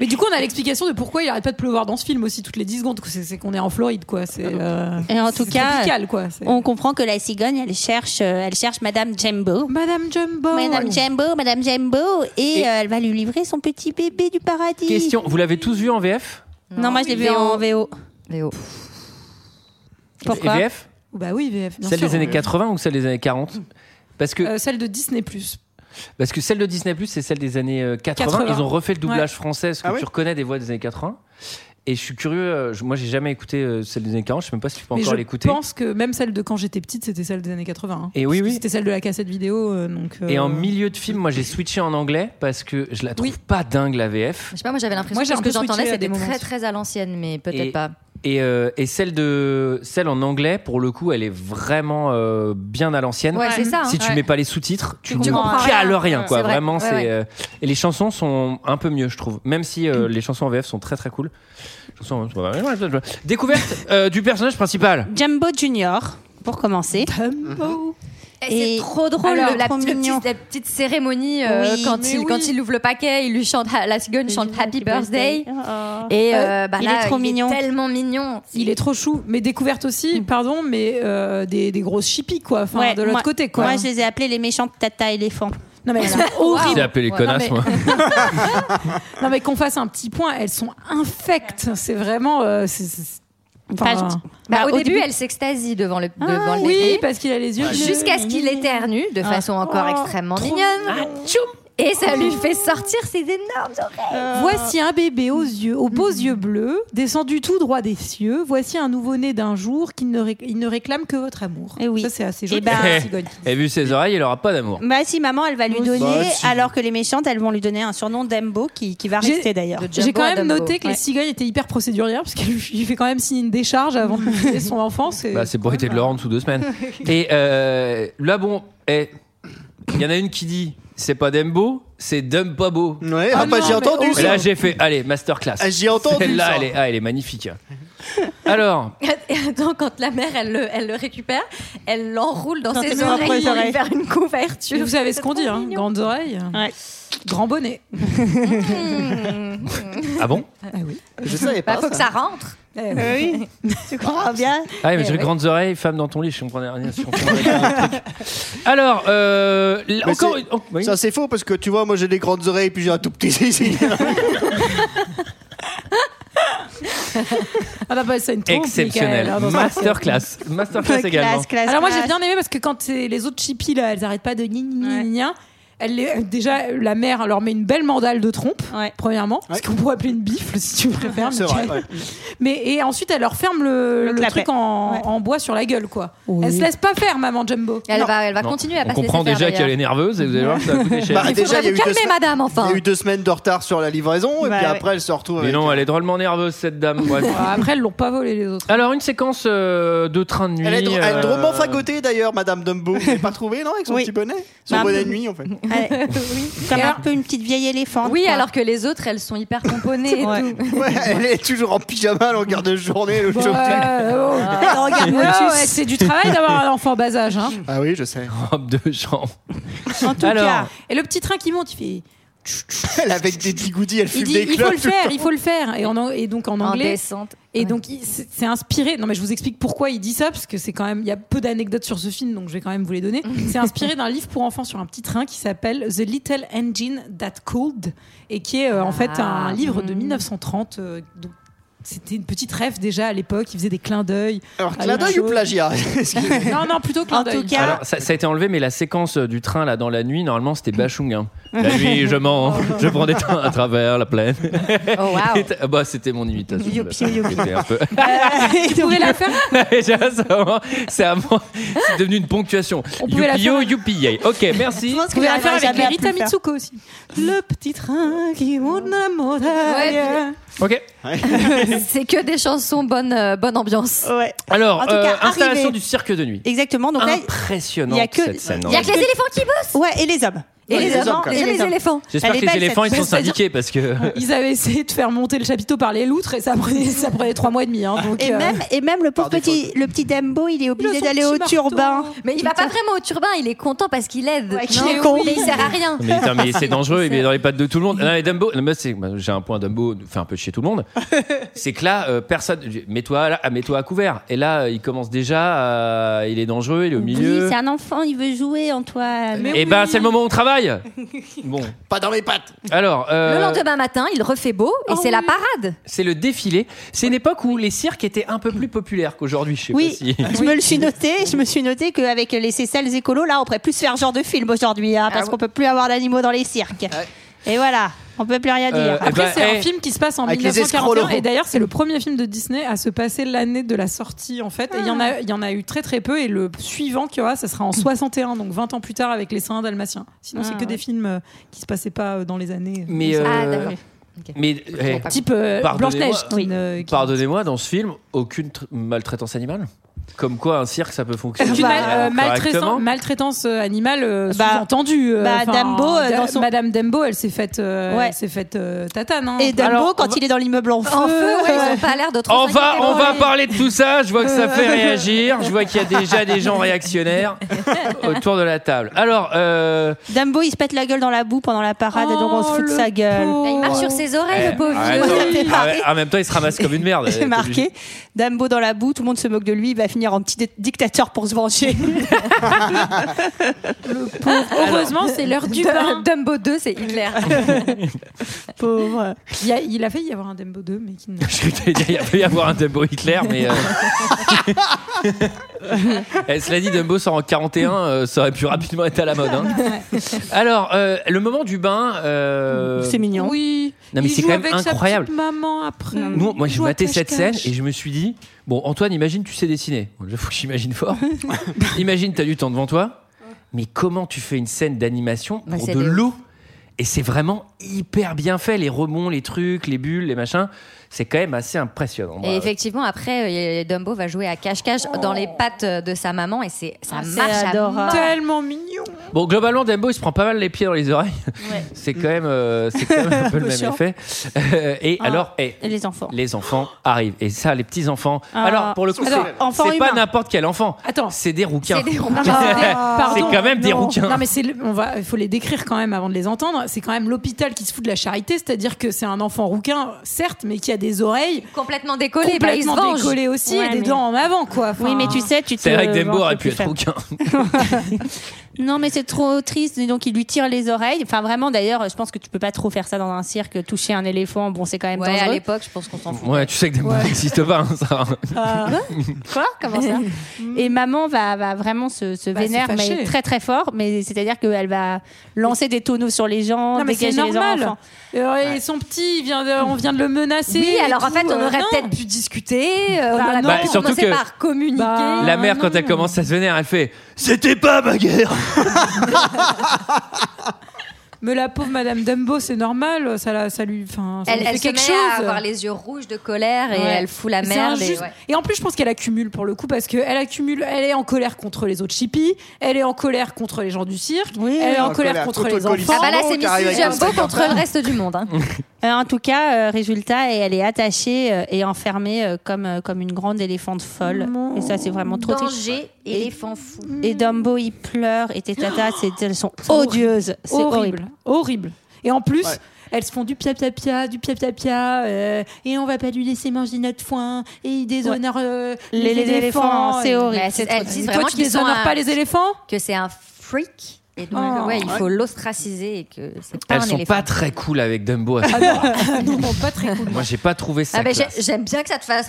Mais du coup, on a l'explication de pourquoi il arrête pas de pleuvoir dans ce film aussi toutes les 10 secondes. C'est c'est qu'on est en Floride, quoi. C'est euh,
Et en tout
c'est
cas,
tropical, quoi. C'est-
On comprend que la cigogne, elle cherche, euh, elle cherche Madame Jembo.
Madame Jumbo.
Madame Jembo, Madame Jembo, et, euh, elle va lui livrer son petit bébé du paradis.
Question, vous l'avez tous vu en VF
Non, moi je l'ai vu en VO. Pourquoi
Et VF
Bah oui, VF. bien
Celle
sûr.
des années 80 ou celle des années 40 parce que,
Euh, celle de Disney+.
parce que celle de Disney Plus c'est celle des années euh, 80.
80.
Ils ont refait le doublage français, parce que
Ah ouais
tu reconnais des voix des années 80. Et je suis curieux, euh, je- moi j'ai jamais écouté euh, celle des années 40, je sais même pas si tu peux
Mais
encore
je
l'écouter.
pense que même celle de quand j'étais petite, c'était celle des années 80. hein.
Et oui,
Parce que
oui.
C'était celle de la cassette vidéo, euh, donc.
Et en
euh,
milieu de film, moi j'ai switché en anglais parce que je la trouve
Oui.
pas dingue la VF.
Je sais pas, moi j'avais l'impression
Moi,
que
j'ai
ce
un
que
peu switché
j'entendais
à des
c'était
moments.
très très à l'ancienne, mais peut-être
Et-
pas.
Et, euh, et celle, de, celle en anglais, pour le coup, elle est vraiment euh, bien à l'ancienne.
Ouais, c'est ça. hein.
Si tu
Ouais.
mets pas les sous-titres, tu,
Tu
ne
comprends rien.
cales rien, quoi.
C'est vrai.
Vraiment,
Ouais,
c'est
ouais.
euh, et les chansons sont un peu mieux, je trouve. Même si euh, les chansons en VF sont très très cool. Chansons- Découverte euh, du personnage principal.
Jumbo Junior, pour commencer.
Et
Et
Eh, c'est trop drôle,
alors,
la,
trop
petite-
mignon.
la petite cérémonie euh,
Oui,
quand,
mais
il,
oui.
quand il ouvre le paquet, il lui chante, la cigogne chante Happy Birthday. Et euh, bah
il
là,
est trop mignon.
tellement mignon.
Il est trop chou, mais découverte aussi, pardon, mais euh, des, des grosses chippies, quoi. Enfin,
Ouais,
de l'autre
moi-
côté, quoi.
Moi je les ai appelés les méchantes tata éléphants.
Non, mais elles sont horribles.
J'ai appelé les
Ouais.
connasses,
Non,
moi.
Non, mais qu'on fasse un petit point, elles sont infectes. C'est vraiment. euh, c'est- c'est- enfin,
Pas-
Bah,
Bah,
au, début, elle s'extasie devant le,
Ah,
devant le Ah.
oui,
bébé.
parce qu'il a les yeux. bleus.
[laughs]
Ah. Oh,
jusqu'à ce qu'il éternue de façon encore extrêmement mignonne. Et ça lui fait sortir ses énormes oreilles.
Euh,
Voici un bébé aux yeux, aux
Mm-hmm.
beaux yeux bleus, descendu tout droit des cieux. Voici un nouveau-né d'un jour qui ne, ré- il ne réclame que votre amour.
Eh oui.
Ça, c'est assez joli.
Eh ben-
[laughs]
la cigogne.
Et vu ses oreilles, il aura pas d'amour.
Bah si, maman, elle va lui donner,
Bah, si.
alors que les méchantes, elles vont lui donner un surnom d'Embo qui, qui va
J'ai-
rester d'ailleurs.
de- Jumbo
J'ai quand
à
même
Dumbo.
noté que les
Ouais.
cigognes étaient hyper procédurières parce qu'elle lui fait quand même signer une décharge avant de lui donner
[laughs]
son enfant. C'est
Bah, c'est pour éviter de le rendre sous deux
[laughs]
semaines. Et euh, là, bon, eh, il y en a une qui dit c'est pas Dembo, c'est Dumb pas beau.
Ouais,
Ah
ah bah,
non,
j'ai
mais
entendu
oh.
Et
ça.
là, j'ai fait allez, masterclass.
Ah, J'ai entendu
Celle-là,
ça.
elle, est- ah, elle est magnifique. Alors,
[laughs] Et attends, quand la mère, elle le, elle le récupère, elle l'enroule dans,
Dans
ses
ses
oreilles
propres
pour lui [laughs]
oreilles.
faire une
Mais
couverture.
vous savez ce qu'on
C'est
dit,
trop
hein,
mignon.
grandes oreilles,
Ouais.
grand bonnet.
Mmh.
ah bon
Je savais
Bah,
pas.
faut que ça rentre.
oui, tu crois bien
Ah oui, mais
Eh
j'ai
ouais.
grandes oreilles, femme dans ton lit, je comprenais rien. je comprenais rien au truc. Alors, euh, là,
Mais
encore
c'est-
une- oh, oui.
Ça c'est faux parce que tu vois, moi j'ai des grandes oreilles puis j'ai un tout petit zizi.
Ah bah, bah, c'est une trompe,
exceptionnel.
Michael, hein, dans un-
Masterclass.
[laughs]
Masterclass également.
Classe, classe,
Alors moi j'ai
classe.
bien aimé parce que quand c'est les autres chippies là, elles arrêtent pas de ni ni ni,
Ouais.
ni, ni, elles hein. les- déjà la mère leur met une belle mandale de trompe.
Ouais.
Premièrement, ce
Ouais. Ah,
qu'on pourrait appeler une bifle si tu préfères.
C'est vrai.
Michael.
ouais.
Mais et ensuite elle leur ferme le,
Le
le
clapet.
truc en,
Ouais.
en bois sur la gueule quoi. Elle se laisse pas faire maman Jumbo.
Elle
Non.
va, elle va
Non.
continuer à
On
passer
comprend déjà qu'elle est nerveuse et vous allez voir que ça va coûter cher.
Bah,
Déjà, il y a eu
deux semaines-
madame,
Il
enfin.
y a eu deux semaines de retard sur la livraison et
Bah,
puis
ouais.
après elle se retrouve.
Mais
avec-
non, elle est drôlement nerveuse cette dame. bref.
Ah, Après elles l'ont pas volé
[laughs]
les autres.
Alors une séquence euh, de train de nuit.
Elle est, dr- elle est
euh,
drôlement fagotée d'ailleurs, Madame Dumbo. Vous l'avez pas trouvé non avec son
Oui.
petit bonnet, son
Bah,
bonnet
un peu.
de nuit en fait.
Ouais. Comme un peu une petite vieille éléphante.
Oui,
quoi.
alors que les autres, elles sont hyper componées. et
Ouais.
tout.
Ouais, elle est toujours en pyjama à longueur de journée. le
Bon,
jour.
euh, oh. [laughs] Ah ouais, c'est du travail d'avoir un enfant bas âge. [laughs] hein.
Ah oui, je sais.
[laughs] Robe de chambre.
En tout
Alors,
cas,
Et le petit train qui monte, il fait.
Elle avec des bigoudis, elle fume
Il dit,
des
il faut
clopes.
le faire, il faut le faire. Et, en an- et donc en
En
anglais,
descente.
Et
Ouais.
donc, il- c'est c'est inspiré. Non, mais je vous explique pourquoi il dit ça, parce que c'est quand même. Il y a peu d'anecdotes sur ce film, donc je vais quand même vous les donner. C'est inspiré d'un livre pour enfants sur un petit train qui s'appelle The Little Engine That Cooled, et qui est euh, en fait un
Ah,
livre de
Mm.
hmm.
1930. euh, donc c'était une petite rêve déjà à l'époque. Il faisait des clins d'œil.
Alors,
Ah,
clin d'œil
oui.
ou plagiat [laughs]
non, non, plutôt clin
En
d'œil.
tout cas-
Alors, ça, ça a été enlevé, mais la séquence euh, du train là dans la nuit, normalement, c'était Bachung. hein.
[laughs]
La nuit, je mens, je prends des trains à travers la plaine.
Oh, waouh.
[laughs] Et t- ah bah, c'était mon imitation.
Youpi, youpi.
C'était un peu-
[laughs] tu pourrais la
[laughs]
faire.
Et j'ai- c'est vraiment- c'est vraiment- c'est devenu une ponctuation.
On pouvait la
Youpio, youpillé. Ok, merci.
pense
Tu pourrais la faire
j'arriverai
avec
jamais à plus
Erita
le faire.
Mitsuko aussi. Le petit train qui monte la montagne.
Ouais,
Ok.
C'est que des chansons bonne, euh, bonne ambiance.
Ouais.
Alors,
En tout
euh,
cas,
installation
arrivé.
du cirque de nuit.
Exactement. Donc là,
Impressionnante
il y a que-
cette scène.
Il y a que les éléphants qui bossent.
ouais, et les hommes.
Et les,
hommes,
hommes,
quand
et
même.
les éléphants.
J'espère
Elle
que
est
les
belle,
éléphants ils
cette
sont
scène. C'est-à-dire-
syndiqués parce que
[laughs] Ils avaient essayé de faire monter le chapiteau par les loutres et ça prenait, ça prenait trois mois et demi. hein, donc,
Ah. Et
euh,
même, et même le pauvre
Par défaut.
petit, le petit Dumbo, il est
Il
obligé
a son
d'aller au
petit marteau.
turbin.
Mais il va pas vraiment au turbin, il est content parce qu'il aide.
Ouais, qu'il
Non,
est con.
Mais il sert à rien.
[laughs] Mais, putain, mais c'est dangereux, il est dans les pattes de tout le monde. Non, mais Dumbo, non, mais c'est- bah, j'ai un point Dumbo, fait un peu chier tout le
[laughs]
monde. C'est que là, euh, personne, mets-toi là, ah, mets-toi à couvert. Et là, euh, il commence déjà, à- il est dangereux, il est au milieu.
un enfant, il veut jouer, Antoine.
Et ben, c'est le moment où on
[laughs]
travaille. Bon,
Pas dans mes pattes.
alors,
Le
euh,
lendemain matin, il refait beau et
Oh
c'est la
oui.
parade.
c'est le défilé. C'est une époque où les cirques étaient un peu plus populaires qu'aujourd'hui. Je sais
Oui,
pas
[laughs]
si.
je me le suis noté. Je me suis noté qu'avec les ces sales écolos, là, on pourrait plus faire ce genre de film aujourd'hui,
Ah
hein, parce
ouais.
qu'on peut plus avoir d'animaux dans les cirques. Et voilà, on peut plus rien dire.
Euh,
Après,
Eh ben,
c'est
eh.
un film qui se passe en
Avec les
1941
escrocs.
et d'ailleurs c'est le premier film de Disney à se passer l'année de la sortie en fait. Et il y en
Ah.
a, il y en a eu très très peu et le suivant qu'il y aura, ça sera en 61, donc 20 ans plus tard avec les Saints dalmatiens. Sinon c'est
Ah,
que
ouais.
des films euh, qui se passaient pas euh, dans les années.
Mais, euh,
Ah, d'accord.
mais eh,
Type euh,
Pardonnez-moi.
Blanche-Neige. qui
Oui.
ne- qui-
pardonnez-moi, dans ce film, aucune tr- maltraitance animale. Comme quoi, un cirque, ça peut fonctionner.
Aucune mal- euh,
correctement.
maltraitance, maltraitance, euh, animale euh,
Bah,
sous-entendue. euh,
bah,
enfin,
Dumbo, euh,
Da-
dans son-
Madame Dumbo, elle s'est faite, euh,
Ouais.
elle s'est faite euh, tatane. hein.
Et Dumbo,
Alors, on
quand
va-
il est dans l'immeuble en feu,
En feu, ouais,
euh,
ils ont pas l'air de trop
On va,
s'inquiéter.
on va parler de tout ça. Je vois que ça
[laughs]
fait réagir. Je vois qu'il y a déjà des gens réactionnaires autour de la table. Alors, euh,
Dumbo, il se pète la gueule dans la boue pendant la parade, et donc on se
Oh,
fout de
le
sa gueule.
pauvre.
Mais Bah, Il marche sur
[laughs]
ses
Ah,
oreilles, le beau
eh, ouais,
vieux.
non.
[laughs]
T'es marqué.
en même temps, il se ramasse comme une merde.
C'est marqué. Dumbo dans la boue, tout le monde se moque de lui, il va finir en petit dé- dictateur pour
[laughs]
se venger.
Heureusement, c'est l'heure du
Dum-
bain.
Dumbo 2, c'est Hitler.
Pauvre.
Il y a, il a failli y avoir un Dumbo 2, mais qui n'a
[laughs] Je croyais que t'allais dire, il peut y avoir un Dumbo Hitler, mais. euh, [laughs] eh, cela dit, Dumbo sort en 41, euh, ça aurait pu rapidement être à la mode. hein. Alors, euh, le moment du bain. euh,
C'est mignon.
Oui.
Non, mais
Il
c'est
joue
quand même
avec sa
incroyable.
petite maman après.
Nous, moi,
Il
j'ai
joue à
maté cette scène
cache-cache.
et je me suis dit Bon, Antoine, imagine, tu sais dessiner. Bon, déjà, faut que j'imagine
[laughs]
fort. imagine, t'as du temps devant toi. Mais comment tu fais une scène d'animation
Bah,
pour
c'est
de
des
l'eau Et c'est vraiment hyper bien fait. Les rebonds, les trucs, les bulles, les machins. C'est quand même assez impressionnant.
Bah
Bah, Moi,
Et effectivement, après, euh, Dumbo va jouer à cache-cache dans les pattes de sa maman et c'est ça
Ah, c'est
marche à
adorable.
mort.
Tellement mignon.
Bon, globalement, Dumbo, il se prend pas mal les pieds dans les oreilles. [laughs] C'est quand même, euh, c'est quand même un peu le
Peu
même
chiant.
effet. Euh, et
Ah.
alors, eh,
Et les enfants.
les enfants arrivent. Et ça, les petits enfants.
Ah.
alors, pour le coup,
Alors,
c'est-
enfants
c'est pas
humains.
n'importe quel enfant.
Attends.
C'est des rouquins.
C'est des
Ah,
ronds.
C'est quand même des rouquins.
Non mais c'est, le- on va, il faut les décrire quand même avant de les entendre. C'est quand même l'hôpital qui se fout de la charité, c'est-à-dire que c'est un enfant rouquin, certes, mais qui a des oreilles
Complètement décollé, bah, il se
complètement
venge.
décollées aussi
Ouais,
et des
mais-
dents en avant, quoi. Enfin,
Oui, mais tu sais, tu te.
C'est vrai que Dembo
venges
aurait
de
pu
plus
être
faire.
rouquin.
Non, mais c'est trop triste. Donc, il lui tire les oreilles. Enfin, vraiment, d'ailleurs, je pense que tu peux pas trop faire ça dans un cirque. Toucher un éléphant, bon, c'est quand même
Ouais, à
dangereux.
l'époque, je pense qu'on s'en fout.
Ouais, tu sais que Dembo n'existe pas, hein, ça.
Ah,
Quoi Comment ça [laughs] Et maman va, va vraiment se, se
Bah,
vénère,
se fâcher.
mais très très fort. Mais c'est-à-dire qu'elle va lancer des tonneaux sur les gens,
Non mais c'est
dégager les
normal.
enfants.
Euh, et son petit, il vient de- on vient de le menacer.
Oui,
et
alors en
tout,
fait, on
euh,
aurait
non.
peut-être pu discuter. euh, on
Bah,
aurait
non. Bah,
peut-être
surtout
commencé
que-
par communiquer.
Bah,
La mère, quand elle commence à se vénère, elle fait C'était pas ma guerre
Mais la pauvre Madame Dumbo, c'est normal, ça, la- ça lui, enfin, ça
elle
lui
elle
fait
se
quelque
met
chose.
à avoir les yeux rouges de colère et
Ouais.
elle fout la
C'est
merde. Et,
injuste.
ouais.
Et en plus, je pense qu'elle accumule pour le coup parce qu'elle accumule, elle est en colère contre les autres chippies, elle est en colère contre les gens du cirque,
Oui,
elle est en,
en
colère,
colère
contre
contre
les
le colis.
enfants.
Ah bah là, c'est
qui arrive
Mrs.
avec un
Jumbo
sac en
contre le reste du monde. hein.
[laughs] Euh, en tout cas, euh, résultat, et elle est attachée euh, et enfermée euh, comme, euh, comme une grande éléphante folle. Et ça, c'est vraiment trop triste.
Danger, éléphant fou. Oh
Et Dumbo, il pleure, et Tetata, c'est- elles sont odieuses. C'est
horrible.
horrible.
horrible. Et en plus,
Ouais.
elles se font du pia pia pia, du pia pia pia, euh, et on va pas lui laisser manger notre foin, et il déshonore euh, les,
Les- les
éléphants.
éléphants, c'est
Et- bah,
horrible.
Mais c'est-
trop
elles disent
Toi,
vraiment
tu
qu'ils sont
déshonores
un-
pas les éléphants
que c'est un freak. Et donc,
Oh.
ouais, il faut l'ostraciser et que c'est pas
Elles
un
sont
éléphant.
pas très cool avec Dumbo. à ce moment-là.
Non, non, pas [laughs] très cool.
Moi, j'ai pas trouvé ça.
Ah bah, j'ai-
classe.
J'aime bien que ça te fasse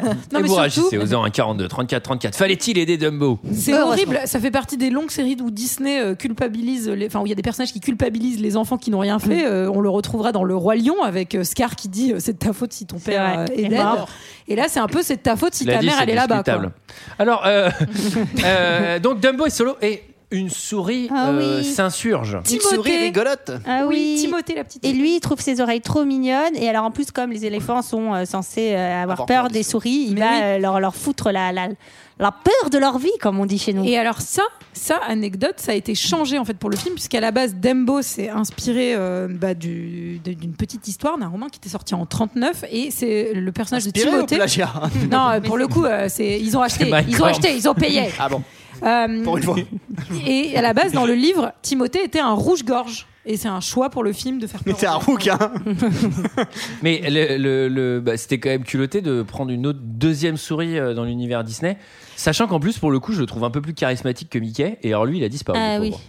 Non,
Et vous
mais surtout,
réagissez aux hein, 1 42 34 34. Fallait-il aider Dumbo
C'est horrible. Ça fait partie des longues séries où Disney euh, culpabilise, les... enfin où il y a des personnages qui culpabilisent les enfants qui n'ont rien fait. Euh, on le retrouvera dans Le Roi Lion avec euh, Scar qui dit euh, c'est de ta faute si ton père
vrai.
euh,
Et
est dead.
mort.
Et là c'est un peu c'est de ta faute si
Il a
ta
dit,
mère
c'est
[laughs]
elle est là-bas. quoi.
discutable. Alors, euh, euh, donc Dumbo est solo et une souris
Ah
euh,
oui.
s'insurge.
Une souris rigolote.
Ah oui.
Timothée, la petite.
Et lui, il trouve ses oreilles trop mignonnes. Et alors, en plus, comme les éléphants sont euh, censés euh, avoir,
Avoir
peur des souris, il va euh, leur, leur foutre la, la, la peur de leur vie, comme on dit chez nous.
Et alors ça, ça anecdote, ça a été changé en fait pour le film puisqu'à la base Dembo s'est inspiré euh, bah, du- de- d'une petite histoire d'un roman qui était sorti en 39 et c'est le personnage
Inspiré
de
au
Timothée.
plagiat hein,
Non, euh, pour le coup, euh, c'est ils ont acheté,
Mike
ils ont
Horn.
acheté, ils ont payé.
Ah bon,
Euh,
pour une [laughs] fois.
et à la base, dans le livre, Timothée était un rouge-gorge. Et c'est un choix pour le film de faire.
Mais
peur
t'es
aux
un
enfants.
rouquin.
Mais le, le- le- bah, c'était quand même culotté de prendre une autre deuxième souris euh, dans l'univers Disney, sachant qu'en plus pour le coup je le trouve un peu plus charismatique que Mickey. Et alors lui il a disparu.
Ah
le
oui.
pauvre.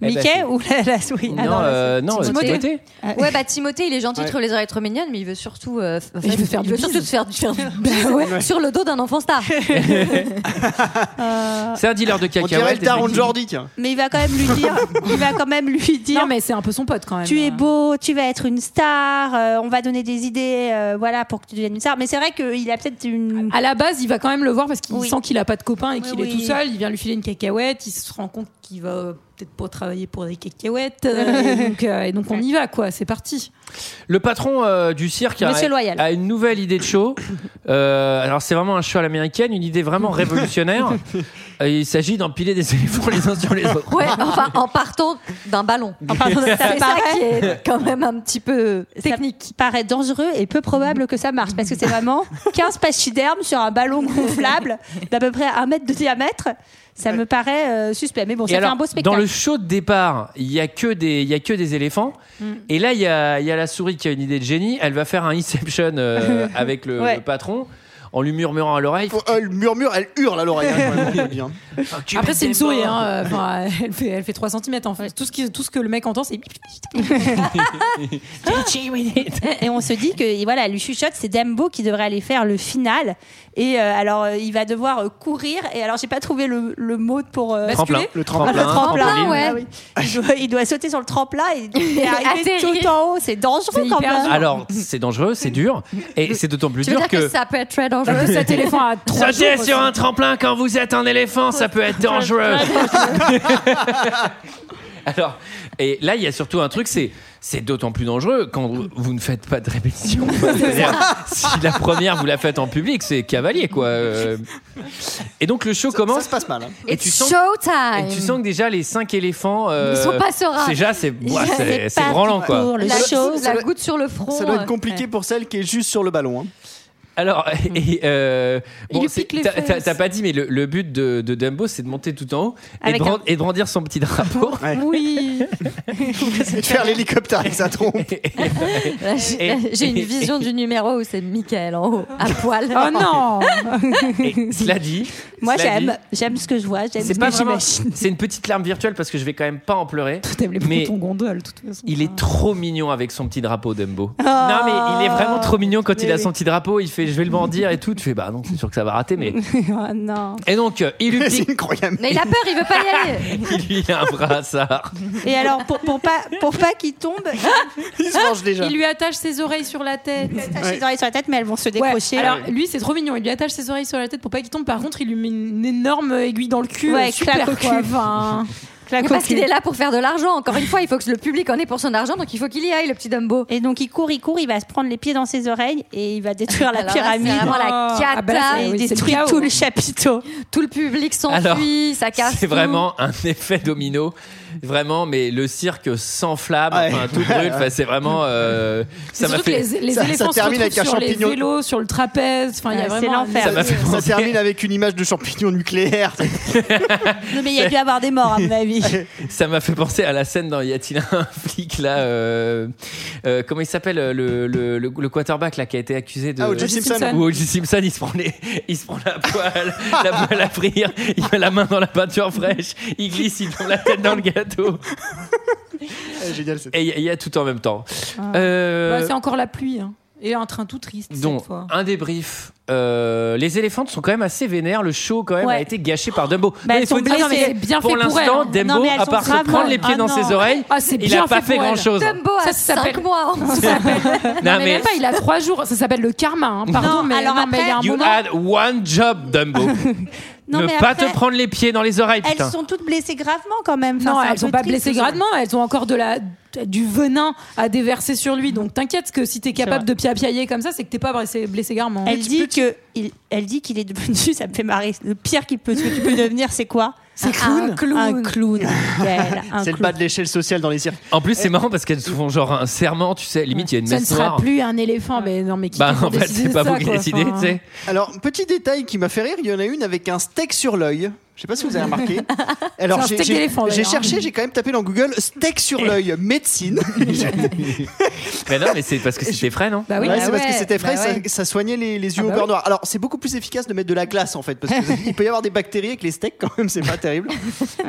Eh ben,
Mickey
c'est-
ou la, la souris Ah
non,
la
euh, non,
souris.
euh,
Timothée.
Timothée.
Ouais, bah Timothée, il est gentil,
Ouais.
il trouve les oreilles trop mignonnes, mais il veut surtout, euh, f-
Il veut faire du
surtout se faire
[laughs]
du, faire du bise
Bah
sur le dos d'un enfant star.
Euh,
C'est un dealer de
On dirait le
cacahuètes.
daron de
effectivement.
Jordi, tiens.
mais il va quand même lui dire. il va quand même lui dire.
Non, mais c'est un peu son pote quand même.
Tu es beau, Oh, tu vas être une star, euh, on va donner des idées, euh, voilà, pour que tu deviennes une star. Mais c'est vrai qu'il a peut-être
Mm.
une.
À la base, il va quand même le voir parce qu'il
Oui.
sent qu'il a pas de copain et qu'il
Oui,
est
oui.
tout seul. Il vient lui filer une cacahuète. Il se rend compte qu'il va euh, peut-être pas travailler pour des cacahuètes. Euh, et, donc, euh, et donc on y va quoi. C'est parti.
Le patron euh, du cirque a,
Monsieur Loyal.
a une nouvelle idée de
[laughs]
show. Euh, alors c'est vraiment un show à l'américaine, une idée vraiment révolutionnaire. Euh, il s'agit d'empiler des [laughs] éléphants les uns sur les autres.
Ouais, enfin, en partant d'un ballon. [laughs]
ça
C'est ça
paraît-
qui est quand même un petit peu
technique qui paraît dangereux et peu probable que ça marche parce que c'est vraiment 15 pachydermes sur un ballon gonflable d'à peu près un mètre de diamètre. Ça me paraît euh, suspect, mais bon,
Et
ça
alors,
fait un beau spectacle.
Dans le show de départ, il y a que des, il y a que des éléphants.
Mm.
Et là, il y a, il y a la souris qui a une idée de génie. Elle va faire un inception
[laughs]
euh, avec le,
Ouais.
le patron en lui murmurant à l'oreille.
Faut- Oh, Elle murmure, elle hurle à l'oreille. hein, vraiment, je
[laughs]
le dis, hein.
Après, c'est une souris. Hein, Euh, enfin, [laughs] euh, elle, fait, elle fait 3 cm en fait. Tout, ce qui- tout ce que le mec entend, c'est.
Et on se dit que et voilà, elle lui chuchote, c'est Dembo qui devrait aller faire le final. Et euh, alors, euh, il va devoir euh, courir. Et alors, j'ai pas trouvé le, le mot pour. euh,
Tremplin.
Le tremplin.
le tremplin,
trampoline.
ouais.
Ah oui. il, doit, il doit sauter sur le tremplin et, et arriver
atterrir.
tout en haut. C'est dangereux
C'est
quand
hyper
même.
dur.
Alors, c'est dangereux, c'est dur. Et c'est d'autant plus
Tu veux
dur
dire que...
que.
ça peut être très
[laughs]
dangereux
Cet éléphant a trois
Sautez
jours,
sur
ça.
un tremplin quand vous êtes un éléphant, ça peut être dangereux. [laughs] Alors, et là, il y a surtout un truc, c'est c'est d'autant plus dangereux quand vous, vous ne faites pas de répétition. [laughs] C'est-à-dire, si la première vous la faites en public, c'est cavalier quoi. Euh, Et donc le show
Ça
commence
se passe mal. hein.
et
It's
tu sens-
showtime
et tu sens que déjà les cinq éléphants euh,
Ils sont pas sereins.
Déjà, c'est ouah,
Je sais
c'est
pas
c'est branlant
qui
quoi.
court, le
la,
show.
la goutte sur le front.
Ça doit
euh,
être compliqué pour celle qui est juste sur le ballon. hein.
Alors,
Mm.
[laughs] et, euh,
Il lui
c'est-
pique les
t'as-
fesses.
t'as t'as pas dit, mais le, le but de, de Dumbo, c'est de monter tout en haut et de,
Avec
brand- et de brandir son petit
[laughs]
drapeau.
[laughs] Oui.
Et de faire l'hélicoptère avec sa [laughs] trompe.
là, j'ai-
Et-
là, J'ai une vision du numéro où c'est Michael en haut, à poil.
Oh non.
Et cela dit,
Moi,
cela dit,
j'aime, j'aime ce que je vois, j'aime ce
C'est pas
que
vraiment.
j'imagine.
C'est une petite larme virtuelle parce que je vais quand même pas en pleurer.
T'aimes les
Mais-
boutons gondoles, de toute façon.
Il
Oh.
est trop mignon avec son petit drapeau Dumbo. Non mais il est vraiment trop mignon quand il a
Oui.
son petit drapeau. Il fait, je vais le brandir et tout. Tu fais, bah non, c'est sûr que ça va rater.
[laughs]
Mais
[laughs] Ah,
Oh non.
et donc euh,
[laughs]
il lui
C'est
pique,
incroyable.
Mais il a peur, il veut pas y
[laughs]
aller.
il lui a un brassard.
Et alors, pour, pour pas, pour pas
[laughs]
qu'il tombe,
Il se mange déjà.
Il lui attache ses oreilles sur la tête.
il attache les oreilles sur la tête, mais elles vont se
Ouais,
décrocher.
Alors lui c'est trop mignon, il lui attache ses oreilles sur la tête pour pas qu'il tombe. Par contre, il lui met une énorme aiguille dans le cul.
Ouais,
euh, super
claque au
quoi.
cul.
Enfin,
[laughs] Claque
Mais
au
parce
cul.
qu'il est là pour faire de l'argent. Encore une fois, il faut que le public en ait pour son argent, donc il faut qu'il y aille, le petit Dumbo.
Et donc, il court, il court, il va se prendre les pieds dans ses oreilles et il va détruire la
Alors là,
pyramide.
c'est vraiment la
Ah,
cata.
ah bah là, c'est-
Et il
oui, c'est le
détruit
chaos. hein.
tout le chapiteau.
Tout le public s'enfuit, ça casse.
C'est
tout.
vraiment un [laughs] effet domino, vraiment. Mais le cirque s'enflamme,
Ouais.
enfin, tout brûle. Enfin, c'est vraiment. euh,
c'est
ça m'a
surtout
fait.
que les, les
ça- ça
éléphants se
termine avec
retrouvent
un
sur les
champignon.
vélos, sur le trapèze. Enfin, il y a
Ouais, Ah, c'est
vraiment un-
l'enfer.
Ça m'a fait
Ça
penser.
termine avec une image de champignon nucléaire.
Non, mais il y a dû avoir des morts, à
[laughs]
mon avis.
Ça m'a fait penser à la scène dans Y a-t-il un [laughs] flic là euh, euh, Comment il s'appelle le, le, le, le quarterback là qui a été accusé de.
Ah, O.J.
Simpson.
Simpson.
Ou O.J. Simpson, il se prend les, il se prend la poêle, la poêle à frire, il met la main dans la peinture fraîche, il glisse, il tombe la tête dans le gâteau.
Ah, Génial, c'est
Et il y a- il y, a tout en même temps.
Ah.
Euh,
Bah, c'est encore la pluie. hein. Et un train tout triste
donc,
cette fois.
un débrief. Euh, les éléphantes sont quand même assez vénères. Le show quand même
Ouais.
a été gâché par
Bah,
Dumbo. Mais
elles
il faut
sont
dire-
blessées.
mais c'est bien
pour
fait pour elles,
l'instant,
hein.
Dumbo,
Non, mais elles
à
sont
part se
gravement-
prendre les pieds
Ah
dans
non.
ses oreilles,
Ah, c'est
il
bien
n'a pas fait
pour elles.
grand chose. hein.
Dumbo
Ça,
a
ça s'appelle-
5 mois.
Non, mais, même pas, il a trois jours. Ça s'appelle le karma. hein. Pardon,
Non,
mais
alors
non, mais il y a un
You
moment. [laughs]
had one job, Dumbo.
Non,
ne
mais
pas
après,
te prendre les pieds dans les oreilles, putain.
Elles sont toutes blessées gravement quand même. Enfin,
Non,
c'est un
elles
peu
sont pas
triste,
blessées
ce
gradement, elles ont encore de la du venin à déverser sur lui. Donc t'inquiète que si t'es capable de piapiailler comme ça, c'est que t'es pas blessé, blessé gravement.
Elle dit que il, elle dit qu'il est devenu, [laughs] ça me fait marrer. Le pire qu'il peut, ce que tu peux devenir, c'est quoi C'est
clown.
Un clown. Un [laughs] clown. Gaëlle, un
C'est le bas
clown.
de l'échelle sociale dans les cirques.
En plus, c'est marrant parce qu'elles font genre un serment, tu sais. Limite, il y a une
ça ne
messe
sera
noire.
plus un éléphant. Mais non, mais qui
Bah,
t'a
en fait,
décidé
c'est pas
ça,
vous qui
quoi.
décidez,
Enfin,
tu sais.
Alors, petit détail qui m'a fait rire, il y en a une avec un steak sur l'œil. Je sais pas si vous avez
[laughs]
remarqué. Alors,
C'est un
j'ai-
steak
j'ai-
d'éléphant,
J'ai
d'ailleurs.
cherché, j'ai quand même tapé dans Google steak
[laughs]
sur l'œil, médecine.
Mais non, mais c'est parce que c'était frais, non
Bah oui,
Ouais,
bah
c'est parce que
ouais,
c'était frais,
bah
ça,
ouais.
ça soignait les, les yeux
Ah
au
bah
beurre
oui.
noir. Alors, c'est beaucoup plus efficace de mettre de la glace en fait, parce
[laughs]
qu'il peut y avoir des bactéries avec les steaks quand même, c'est pas terrible.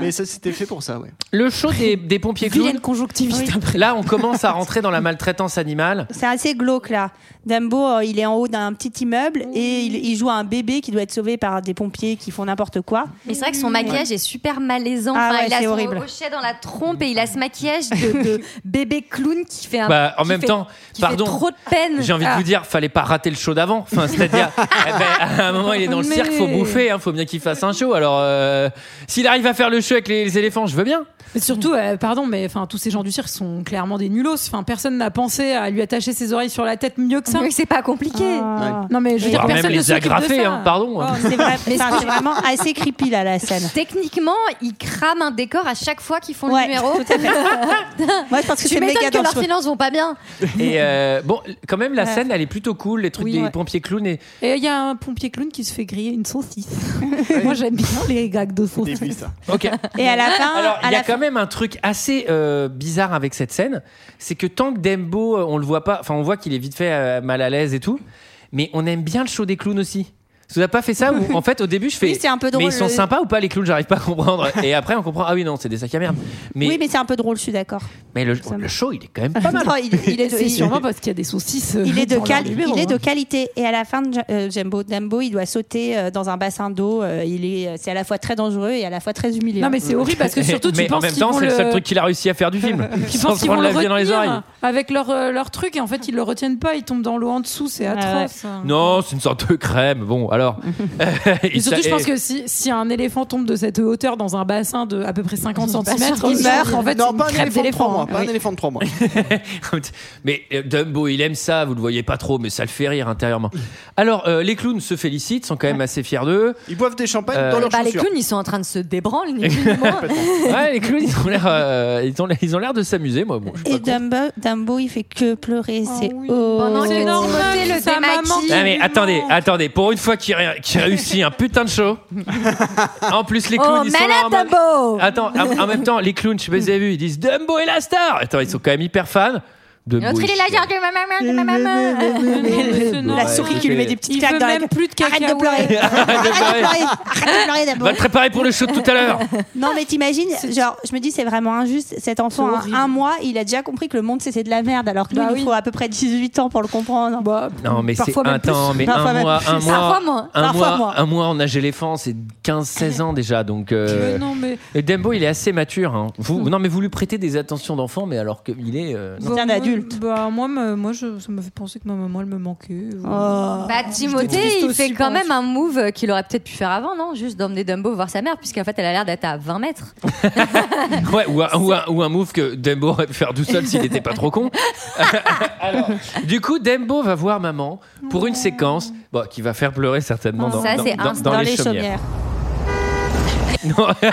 Mais ça, c'était fait pour ça, ouais.
Le show des, des pompiers clowns.
[laughs] Vilaine conjonctiviste. après.
Là, on commence à rentrer dans la maltraitance animale.
C'est assez glauque là. Dumbo, euh, il est en haut d'un petit immeuble et il, il joue à un bébé qui doit être sauvé par des pompiers qui font n'importe quoi.
Mais c'est vrai que son maquillage est super malaisant.
Ah
Enfin,
ouais,
il a
c'est
son
horrible.
rochet dans la trompe et il a ce maquillage de, de bébé clown qui
Ah,
fait un.
Bah, en
qui
même
fait-
temps,
qui fait
pardon.
trop de peine.
J'ai envie de
Ah.
vous dire, fallait pas rater le show d'avant. Enfin,
[laughs]
c'est-à-dire, eh ben, à un moment, il est dans le
Mais-
cirque, faut bouffer, hein, faut bien qu'il fasse un show. Alors, euh, s'il arrive à faire le show avec les, les éléphants, je veux bien.
Mais surtout, euh, pardon, mais enfin tous ces gens du cirque sont clairement des nulos. Enfin, personne n'a pensé à lui attacher ses oreilles sur la tête mieux que ça.
Oui, c'est pas compliqué.
Ah.
Non, mais je veux dire,
Voire
personne
même
ne
les
s'occupe de
agrafer,
ça.
hein, pardon.
Oh,
C'est vrai- enfin, c'est vraiment assez creepy là la scène.
Techniquement, ils crament un décor à chaque fois qu'ils font
Ouais,
le numéro.
tout
[laughs]
à fait. Moi je pense que
Tu
c'est méga
m'étonnes que leurs
dangereux.
finances vont pas bien.
Et euh, bon, quand même, la
Ouais.
scène, elle est plutôt cool. Les trucs
Oui,
des
ouais.
pompiers clowns
[laughs]
et
Et il y a un pompier clown qui se fait griller une saucisse. Moi, j'aime bien les gags de
Des
saucisse.
vies, ça.
ok.
Et à la fin,
Alors,
à
il y a
la
quand même un truc assez euh, bizarre avec cette scène, c'est que tant que Dembo, euh, on le voit pas, enfin on voit qu'il est vite fait euh, mal à l'aise et tout, mais on aime bien le show des clowns aussi. Ça vous a pas fait
[laughs]
ça où, En fait, au début, je fais.
Oui, c'est un peu drôle,
mais ils sont
le-
sympas ou pas les clowns J'arrive pas à comprendre. Et après, on comprend. Ah oui, non, c'est des sacs à merde. Mais,
Oui,
mais...
mais c'est un peu drôle, je suis d'accord.
le,
Ça me-
le show, il est quand même
[laughs]
pas mal.
Non, Oh, Il, il est de,
C'est
il-
sûrement parce qu'il y a des saucisses. euh,
il est de
dans leur
quali-
numéro,
il est de
hein.
qualité. Et à la fin de Ja- euh, Jumbo Dumbo, il doit sauter euh, dans un bassin d'eau. euh, Il est, euh, c'est à la fois très dangereux et à la fois très humiliant.
Non, mais c'est horrible parce que surtout, tu
mais en
penses
même
qu'ils
temps,
vont
c'est le seul
le-
truc qu'il a réussi à faire du film.
[laughs] Tu
Sans
penses
se
qu'ils vont
prendre
le
la vie dans les
retenir
oreilles.
avec leur, euh, leur truc et en fait ils le retiennent pas, ils tombent dans l'eau en dessous, c'est atroce.
Non, c'est une sorte de crème. Bon, alors.
[laughs]
[laughs]
Et surtout, je pense que si, si un éléphant tombe de cette hauteur dans un bassin de à peu près 50 cm, il hein. meurt. En fait, c'est
non,
une
pas un éléphant de
crêpe
trois
d'éléphant.
mois. Pas un éléphant de trois mois.
Mais euh, Dumbo, il aime ça, vous le voyez pas trop, mais ça le fait rire intérieurement. Alors, euh, les clowns se félicitent, sont quand
[laughs]
même assez fiers d'eux.
Ils boivent des champagnes
Euh,
dans leurs
Bah, les
chaussures.
clowns, ils sont en train de se
[laughs]
débranler. ni plus ni moins.
Ouais, les clowns, ils ont l'air, euh, ils ont, ils ont l'air de s'amuser. Moi, bon, je suis
Et
pas con.
Dumbo, Dumbo, il fait que pleurer. Oh, c'est
oui.
horrible.
Pendant que
C'est normal,
Timothée le
c'est sa maman
démaquille.
qui-
Ah, mais attendez, attendez, pour une fois qu'il ré- qu'il réussit un putain de show. En plus, les clowns,
Oh,
ils sont là en
malade,
mode-
Dumbo
Attends, en en même temps, les clowns, je sais pas si vous avez vu, ils disent Dumbo est la star. Attends, ils sont quand même hyper fans. Dumbo,
L'autre, il est là,
chie. [laughs]
genre que ma maman, que ma maman. Oh.
La souris qui lui met des petites
Il veut
claques dans la
même plus de
Arrête de
cacahuètes.
pleurer. Arrête de pleurer. Arrête de pleurer Dumbo.
Va te préparer pour le show de tout à
[laughs]
l'heure.
Non mais t'imagines, genre je me dis c'est vraiment injuste. Cet enfant
C'est
a
horrible.
un mois, il a déjà compris que le monde c'était de la merde alors que nous
Bah
il
oui.
nous faut à peu près 18 ans pour le comprendre.
Bah,
Non, mais c'est
parfois même
un temps,
plus.
mais
Parfois
un
même
mois,
plus.
un mois,
Parfois moins.
un
Parfois
mois,
moins.
un mois en âge éléphant, c'est 15-16 ans déjà, donc. euh,
Mais non, mais
Et Dembo, il est assez mature. hein. Vous,
Mmh.
non, mais vous lui prêtez des attentions d'enfant, mais alors qu'il est. euh, non.
C'est un
moi,
adulte.
Bah, moi, me- moi je, ça me fait penser que ma maman, elle me manquait. euh.
Oh.
Bah, Timothée,
déteste
il
aussi,
fait
je
hein.
quand
pense.
même un move qu'il aurait peut-être pu faire avant, non Juste d'emmener Dumbo voir sa mère, puisqu'en fait, elle a l'air d'être à 20 mètres.
Ouais, ou, un, ou un- ou un move que Dembo aurait pu faire tout seul s'il n'était pas trop con. Alors, du coup, Dembo va voir maman pour une séquence bon, qui va faire pleurer certainement dans,
Ça,
dans-
c'est
dans-
instant.
dans les, chaumières. Non.
Ah,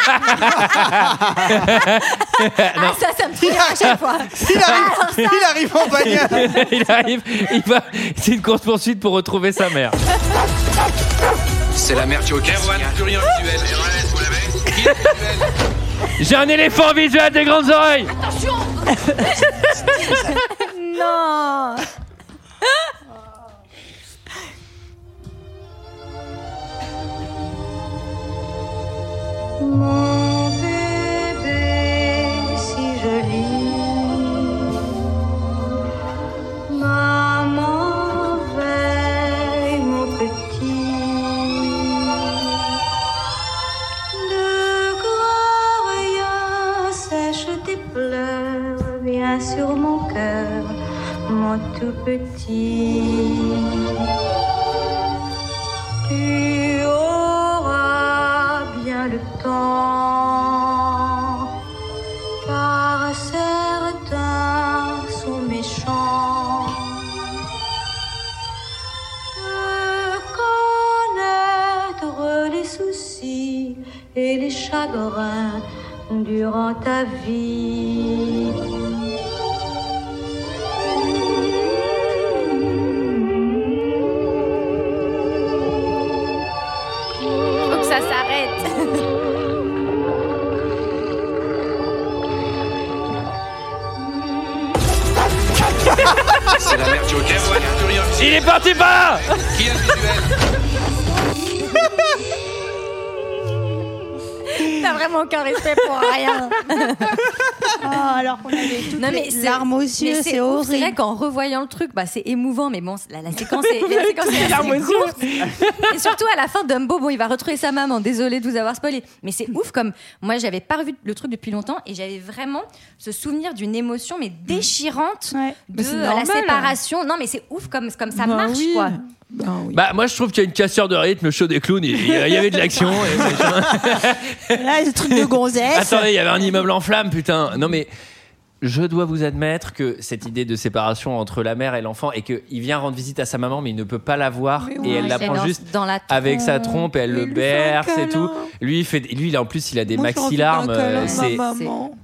ça, ça me trigger à chaque
[laughs]
fois.
Il arrive, il arrive en
[laughs]
bagnole.
[laughs] il arrive, il va. C'est une course poursuite pour retrouver sa mère.
C'est la mère Joker.
J'ai un éléphant visuel des grandes oreilles.
Non
Mon bébé si joli, maman veille mon petit. Le grand rayon sèche tes pleurs, viens sur mon cœur, mon tout petit. Tu auras
durant ta vie.
Faut que ça s'arrête.
C'est la mère Joker, ouais, Arthurian.
Il est parti par là
Qui a le visuel
T'as vraiment aucun respect pour rien.
Oh, alors qu'on avait toutes les larmes aux yeux,
mais
c'est
ouf.
horrible.
C'est vrai qu'en revoyant le truc, bah, c'est émouvant, mais bon,
[laughs]
la, la séquence est, la séquence est assez courte. Et surtout à la fin, Dumbo, bon, il va retrouver sa maman. Désolé de vous avoir spoilé, mais c'est ouf comme moi, j'avais pas revu le truc depuis longtemps et j'avais vraiment ce souvenir d'une émotion mais
Mm.
déchirante de
Mais c'est
euh, la
normal. hein.
séparation. Non, mais c'est ouf comme comme ça
Bah
marche
oui.
quoi.
Bah, moi, je trouve qu'il y a une casseur de rythme, le show des clowns, il il y avait de l'action. et machin.
Ben
Là, le truc de gonzesse.
Attendez, il y avait un immeuble en flammes, putain. Non, mais je dois vous admettre que cette idée de séparation entre la mère et l'enfant et qu'il vient rendre visite à sa maman, mais il ne peut pas la voir et elle la
C'est
prend
dans-
juste
dans la
avec sa trompe, [laughs] elle le berce et tout. Lui, il fait, lui, il a- en plus, il a des maxi larmes. C'est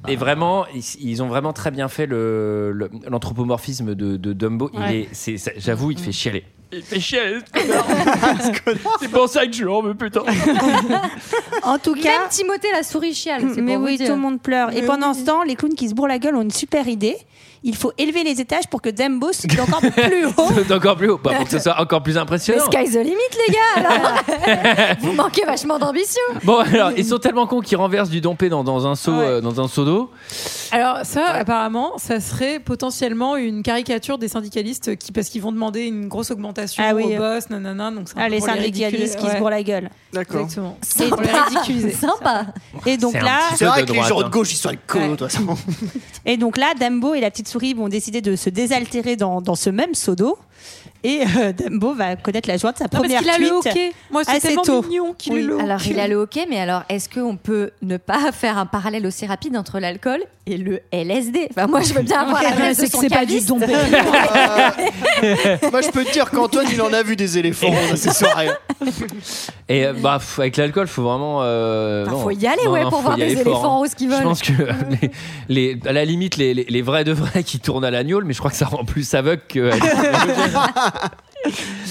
et vraiment, ils, ils ont vraiment très bien fait le- le- l'anthropomorphisme de, de Dumbo. Il
Ouais.
est, c'est, ça- j'avoue, il fait chialer. Il fait chialer, [laughs] ce connard. C'est pour ça que je en veux, putain.
En tout cas. Mm,
Même Timothée la souris chiale. c'est
Mais
pour
oui,
vous dire.
tout le monde pleure. et
Mais
pendant
oui.
ce temps, les clowns qui se bourrent la gueule ont une super idée. Il faut élever les étages pour que Dumbo saute encore plus haut.
[laughs] C'est encore plus haut, Bah, pour que ce soit encore plus
Mais
impressionnant.
sky's the limit, les gars. Alors, vous manquez vachement d'ambition.
Bon, alors, ils sont tellement cons qu'ils renversent du dompé dans, dans un seau, euh, dans un seau d'eau.
Alors ça, apparemment, ça serait potentiellement une caricature des syndicalistes qui, parce qu'ils vont demander une grosse augmentation
Ah oui,
au
euh.
boss, nanana. Donc c'est un
Ah,
peu
les
pour
syndicalistes
ridiculiser,
qui se
ouais.
bourrent la gueule.
D'accord.
Exactement.
C'est
pour les
pas-
ridiculiser.
[laughs] Sympa.
Et donc là,
C'est vrai
de
que les
droite,
gens
hein.
de gauche, ils sont avec cons, de toute façon.
Et donc là, Dumbo et la petite souris vont décider de se désaltérer dans, dans ce même seau d'eau. Et euh, Dumbo va connaître la joie de sa
Non, parce
première
qu'il a le
cuite
hockey. Moi, c'est
assez
tellement
Ah, tôt.
mignon qu'il ait
Oui,
le
alors
hockey.
il a le hockey, mais alors est-ce qu'on peut ne pas faire un parallèle aussi rapide entre l'alcool et le LSD Enfin, moi je veux
[laughs]
bien avoir la
Ouais,
place de
c'est que
son
c'est pas du
caviste.
dombo.
[laughs]
Moi, je peux te dire qu'Antoine, il en a vu des éléphants dans ces soirées.
Et euh, bah, pff, avec l'alcool, faut vraiment. Euh,
Enfin,
non.
Bah, faut y aller,
Non,
ouais,
non,
pour
faut
voir
y
des
aller
éléphants
fort, hein.
roses qui
Je
volent.
pense que [laughs] les, les- à la limite, les, les- les vrais de vrais qui tournent à l'agneau, mais je crois que ça rend plus aveugle que.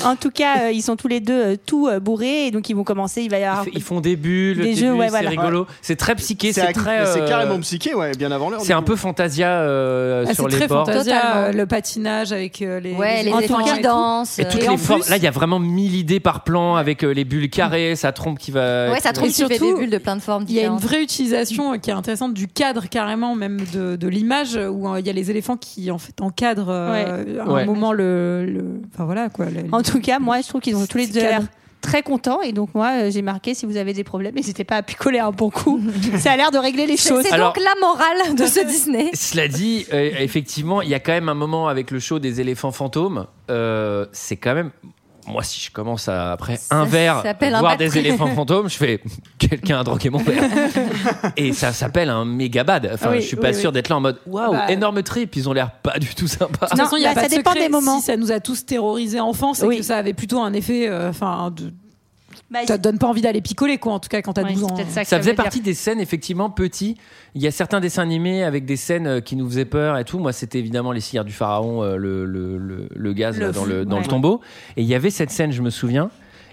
En tout cas, euh, ils sont tous les deux euh, tout euh, bourrés. Et donc ils vont commencer. Il va y
bah,
avoir.
Ils font des bulles,
Des
des
jeux,
bulles,
ouais,
c'est
voilà.
rigolo. C'est très psyché, c'est
ac-
très.
c'est
euh,
carrément psyché, ouais, bien avant l'heure.
C'est
du
un
coup.
peu fantasia euh,
Ah,
sur
c'est
les
très
bords.
fantasia,
Totalement.
euh, le patinage avec euh, les,
Ouais, les
enfants
éléphants
et
qui
tout.
dansent. euh,
Et toutes
Et
les
en
formes.
plus-
Là, il y a vraiment mille idées par plan avec euh, les bulles carrées, sa trompe qui va.
Ouais, ça trouve
Et
qu'il fait des
surtout,
bulles de plein de formes
Il y a une
différentes.
vraie utilisation euh, qui est intéressante du cadre carrément même de, de l'image où euh, il y a les éléphants qui en fait encadrent euh, à un
Ouais.
moment le, le- enfin voilà quoi. la-
En tout cas, moi, je trouve qu'ils ont tous les
C'est
deux l'air
canon.
très contents. Et donc moi, euh, j'ai marqué si vous avez des problèmes, n'hésitez pas à picoler un
[laughs]
bon coup. Ça a l'air de régler les
C'est
choses.
c'est
Alors-
donc la
[laughs]
morale de ce Disney.
Cela dit, euh, effectivement, il y a quand même un moment avec le show des éléphants fantômes. euh, c'est quand même. Moi, si je commence à, après un
Ça
verre,
s'appelle un
voir
bad
des
trip.
éléphants fantômes, je
[laughs]
fais quelqu'un a drogué mon verre. Et ça s'appelle un méga bad. Enfin,
Oui,
je suis
oui,
pas
oui.
sûr d'être là en mode waouh,
Bah,
énorme trip. Ils ont l'air pas du tout sympas.
De toute façon, il y a
bah,
pas
ça
de
dépend
secret.
des moments.
Si ça nous a tous terrorisés enfants, c'est
Oui.
que ça avait plutôt un effet, euh, enfin, de-
Bah,
ça te donne pas envie d'aller picoler quoi. En tout cas, quand t'as
Ouais,
12
c'est
ans.
peut-être
Ça faisait partie des scènes effectivement petits. Il y a certains dessins animés avec des scènes euh, qui nous faisaient peur et tout. Moi, c'était évidemment les cigales du pharaon, euh, le, le- le- le gaz
Le
là, dans,
fou,
le, dans
ouais.
le tombeau. Et il y avait cette scène, je me souviens.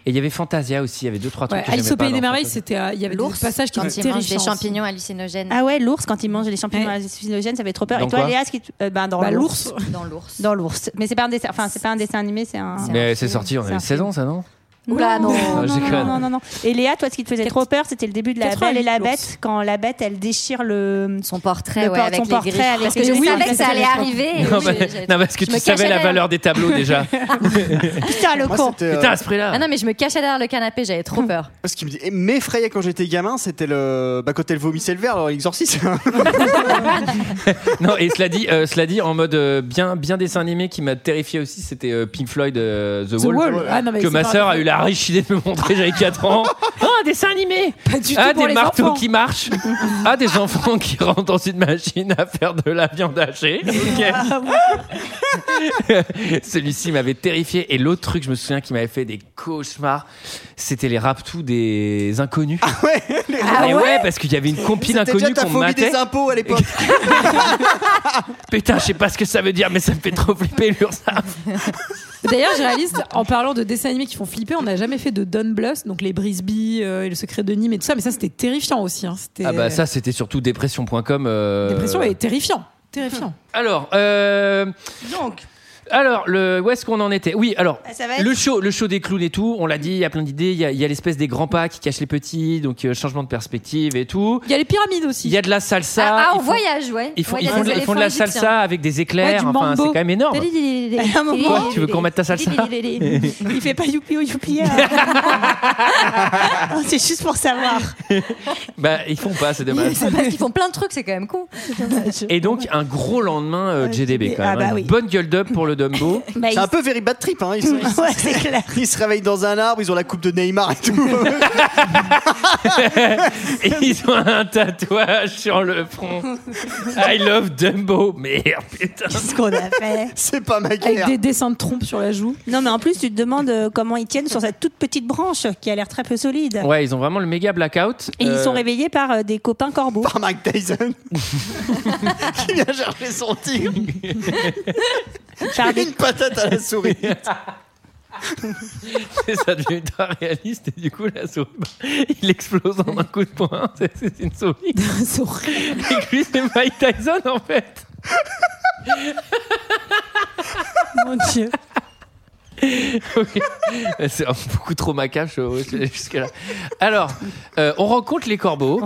Et il y avait Fantasia aussi. Il y avait deux trois trucs.
Ouais,
que
Alice
j'aimais
au
pas
pays des
dans
merveilles,
Fantasia.
c'était euh, il y avait des
L'ours,
passages qui
quand
étaient
il mange des
terrifiants. aussi.
champignons hallucinogènes
Ah ouais, l'ours quand il mange les champignons hallucinogènes, ça fait trop peur.
Dans
et toi,
quoi
Léa, ce qui te- euh, ben, dans
Bah,
l'ours.
l'ours.
dans l'ours.
Dans l'ours. Oh, Mais c'est pas un dessin. Enfin, c'est pas un dessin animé, c'est un.
C'est
Mais
un
c'est
film.
sorti, on
C'est un
avait 16 ans, ça non
Oula, non.
Ah,
non,
je
non,
déconne.
non, non, non, non. Et Léa, toi, ce qui te faisait trop peur, c'était le début de la
88
Belle et la
l'ours.
Bête, quand la Bête, elle déchire le.
Son portrait,
Le
ouais,
por-
avec
son
les
portrait
griffes.
Eh avec
Parce
les
que je
griffes.
savais que ça allait
Non,
arriver.
non,
Eh Je-
bah,
je-
non, parce que
je
tu
me
savais
cachais
la
derrière.
valeur des tableaux déjà.
Putain, le
Moi,
con
c'était, euh,
Putain, à ce prix-là.
Ah non, mais je me cachais derrière le canapé,
[laughs]
j'avais trop peur.
Ce qui me dit- m'effrayait quand j'étais gamin, c'était le. Bah, quand elle vomissait le verre, alors l'exorciste. [laughs]
[laughs] Non, et cela dit, euh, cela dit, en mode euh, bien, bien dessin animé qui m'a terrifié aussi, c'était euh, Pink Floyd euh, The,
The Wall.
Wall.
Ah non, mais
que
c'est
ma
pas-
sœur a eu la la riche idée de me montrer, j'avais 4
[laughs]
ans. Ah, un dessin animé
Pas du tout
Ah,
pour
des
les
marteaux
enfants.
qui marchent Ah, des enfants qui [laughs] rentrent dans une machine à faire de la viande hachée Ok. [laughs] Celui-ci m'avait terrifié. Et l'autre truc, je me souviens, qui m'avait fait des cauchemars, c'était les raptous des inconnus. Ah ouais
Ah ouais
parce qu'il y avait une compile
C'était déjà
inconnue
ta
qu'on
phobie
matait.
des impôts à l'époque.
Putain, je sais pas ce que ça veut dire, mais ça me fait trop flipper l'URSSAF.
[laughs] D'ailleurs, je réalise, en parlant de dessins animés qui font flipper, on n'a jamais fait de Don Bluth, donc les Brisby euh, et le secret de Nîmes et tout ça, mais ça c'était terrifiant aussi. hein. C'était-
Ah bah ça, c'était surtout dépression.com. euh,
Dépression est terrifiant.
[laughs]
Terrifiant.
Alors, euh,
Donc.
alors le, où est-ce qu'on en était Oui, alors,
Ah, ça va être-
le, show, le show des clowns et tout, on l'a dit, il y a plein d'idées, il y a, il y a l'espèce des grands pas qui cachent les petits, donc euh, changement de perspective et tout.
Il y a les pyramides aussi.
Il y
[laughs]
a de la salsa.
ah, ah,
ils
on
font-
voyage, ouais.
Ils font,
Ouais,
ils
y a
font
des
de- ils font de la
éléphants
salsa
égyptiens.
avec des éclairs,
Ouais, du
enfin, c'est
mambo.
quand même énorme. Ah,
À un moment-
Quoi, tu veux qu'on mette ta salsa
Il fait pas youpi
[laughs]
ou youpi. euh. Non, C'est juste pour savoir.
Bah, ils font pas, c'est
[laughs]
dommage.
C'est parce qu'ils font plein de trucs, c'est quand même con.
Et
[laughs]
donc, un gros lendemain euh, GDB quand
Ah
même. hein.
bah oui.
Une bonne gueule d'up pour le
[laughs]
Dumbo.
Bah,
c'est un peu very bad trip. Hein. Ils, ils- [laughs] ils se réveillent dans un arbre, ils ont la coupe de Neymar et tout.
Et ils ont un tatouage sur le front. I love Dumbo. Merde, putain.
Qu'est-ce qu'on a fait
C'est pas ma
guerre.
Avec des dessins de trompe sur la joue.
Non, mais en plus, tu te demandes euh, comment ils tiennent sur cette toute petite branche qui a l'air très peu solide.
Ouais, ils ont vraiment le méga blackout.
Et ils
Euh,
sont réveillés par euh, des copains
[laughs]
corbeaux. Par
Mike Tyson. qui vient chercher son tigre.
Par des-
[laughs] Une patate à la souris.
Et [laughs] ça devient ultra réaliste et du coup la souris, bah, il explose en un coup de poing. [laughs] C'est- C'est une souris.
[laughs]
Et que lui c'est Mike Tyson en fait.
Mon dieu.
Ok. C'est beaucoup trop macabre je- je- jusque-là. Alors, euh, on rencontre les corbeaux.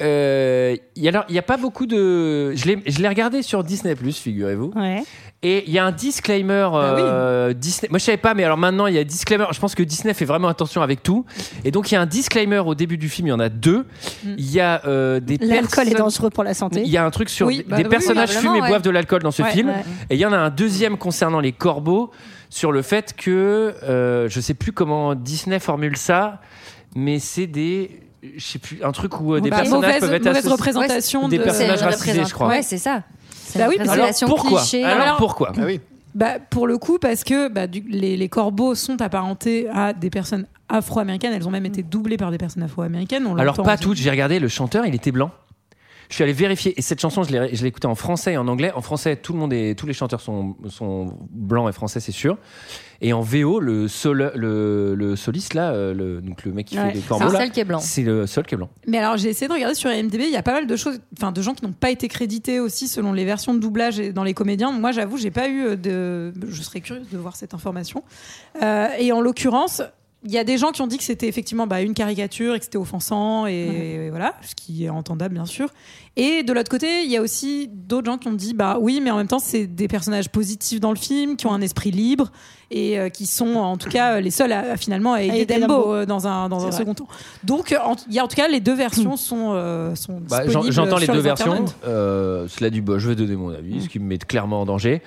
Euh, y a- alors, il n'y a pas beaucoup de. Je l'ai- je l'ai regardé sur Disney, figurez-vous.
Ouais.
Et il y a un disclaimer euh, Disney. Moi, je savais pas, mais alors maintenant, il y a disclaimer. Je pense que Disney fait vraiment attention avec tout. Et donc, il y a un disclaimer au début du film. Il y en a deux. Il y a euh, des
L'alcool est
personnes-
dangereux pour la santé.
Il y a un truc sur
Oui,
des-
bah
des
oui,
personnages fument et
probablement, ouais.
boivent de l'alcool dans ce
Ouais,
film.
ouais.
Et il y en a un deuxième concernant les corbeaux sur le fait que euh, je sais plus comment Disney formule ça, mais c'est des je sais plus un truc où euh, des
Bah,
personnages
mauvaise-
peuvent être
mauvaise
associés-
représentation
des
de-
personnages
C'est une
racisés, je crois.
Ouais, c'est ça. C'est
Bah
une
oui, parce que-
Alors
représentation
pourquoi
cliché.
Alors pourquoi
Ah
Bah, pour le coup, parce que bah, du- les, les corbeaux sont apparentés à des personnes afro-américaines. Elles ont même été doublées par des personnes afro-américaines. on
Alors
l'entend.
pas toutes, j'ai regardé, le chanteur il était blanc. Je suis allé vérifier et cette chanson je l'ai je l'ai écoutée en français et en anglais. En français tout le monde est, tous les chanteurs sont, sont blancs et français c'est sûr. Et en VO le, sol, le, le soliste là, euh, le, donc le mec qui
Ouais.
fait les
C'est
corbeaux
le
là,
seul qui est blanc.
C'est le seul qui est blanc.
Mais alors, j'ai essayé de regarder sur IMDb. Il y a pas mal de choses, enfin, de gens qui n'ont pas été crédités aussi selon les versions de doublage et dans les comédiens. Moi, j'avoue, j'ai pas eu euh, de. Je serais curieuse de voir cette information. Euh, et en l'occurrence. Il y a des gens qui ont dit que c'était effectivement bah, une caricature et que c'était offensant et, et voilà, ce qui est entendable bien sûr. Et de l'autre côté, il y a aussi d'autres gens qui ont dit bah oui, mais en même temps c'est des personnages positifs dans le film, qui ont un esprit libre et euh, qui sont en tout cas euh, les seuls à, à, finalement à aider
aider
Dumbo,
Dumbo.
euh, dans un dans
C'est
un
vrai. Hmm.
second temps. Donc, euh, en, il y a, en tout cas, les deux versions sont, euh, sont
Bah, j'en-
disponibles
J'entends les
sur
deux versions.
internets.
Euh, cela dit, bah, je vais donner mon
Mmh.
avis, ce qui me met clairement en
[laughs]
danger.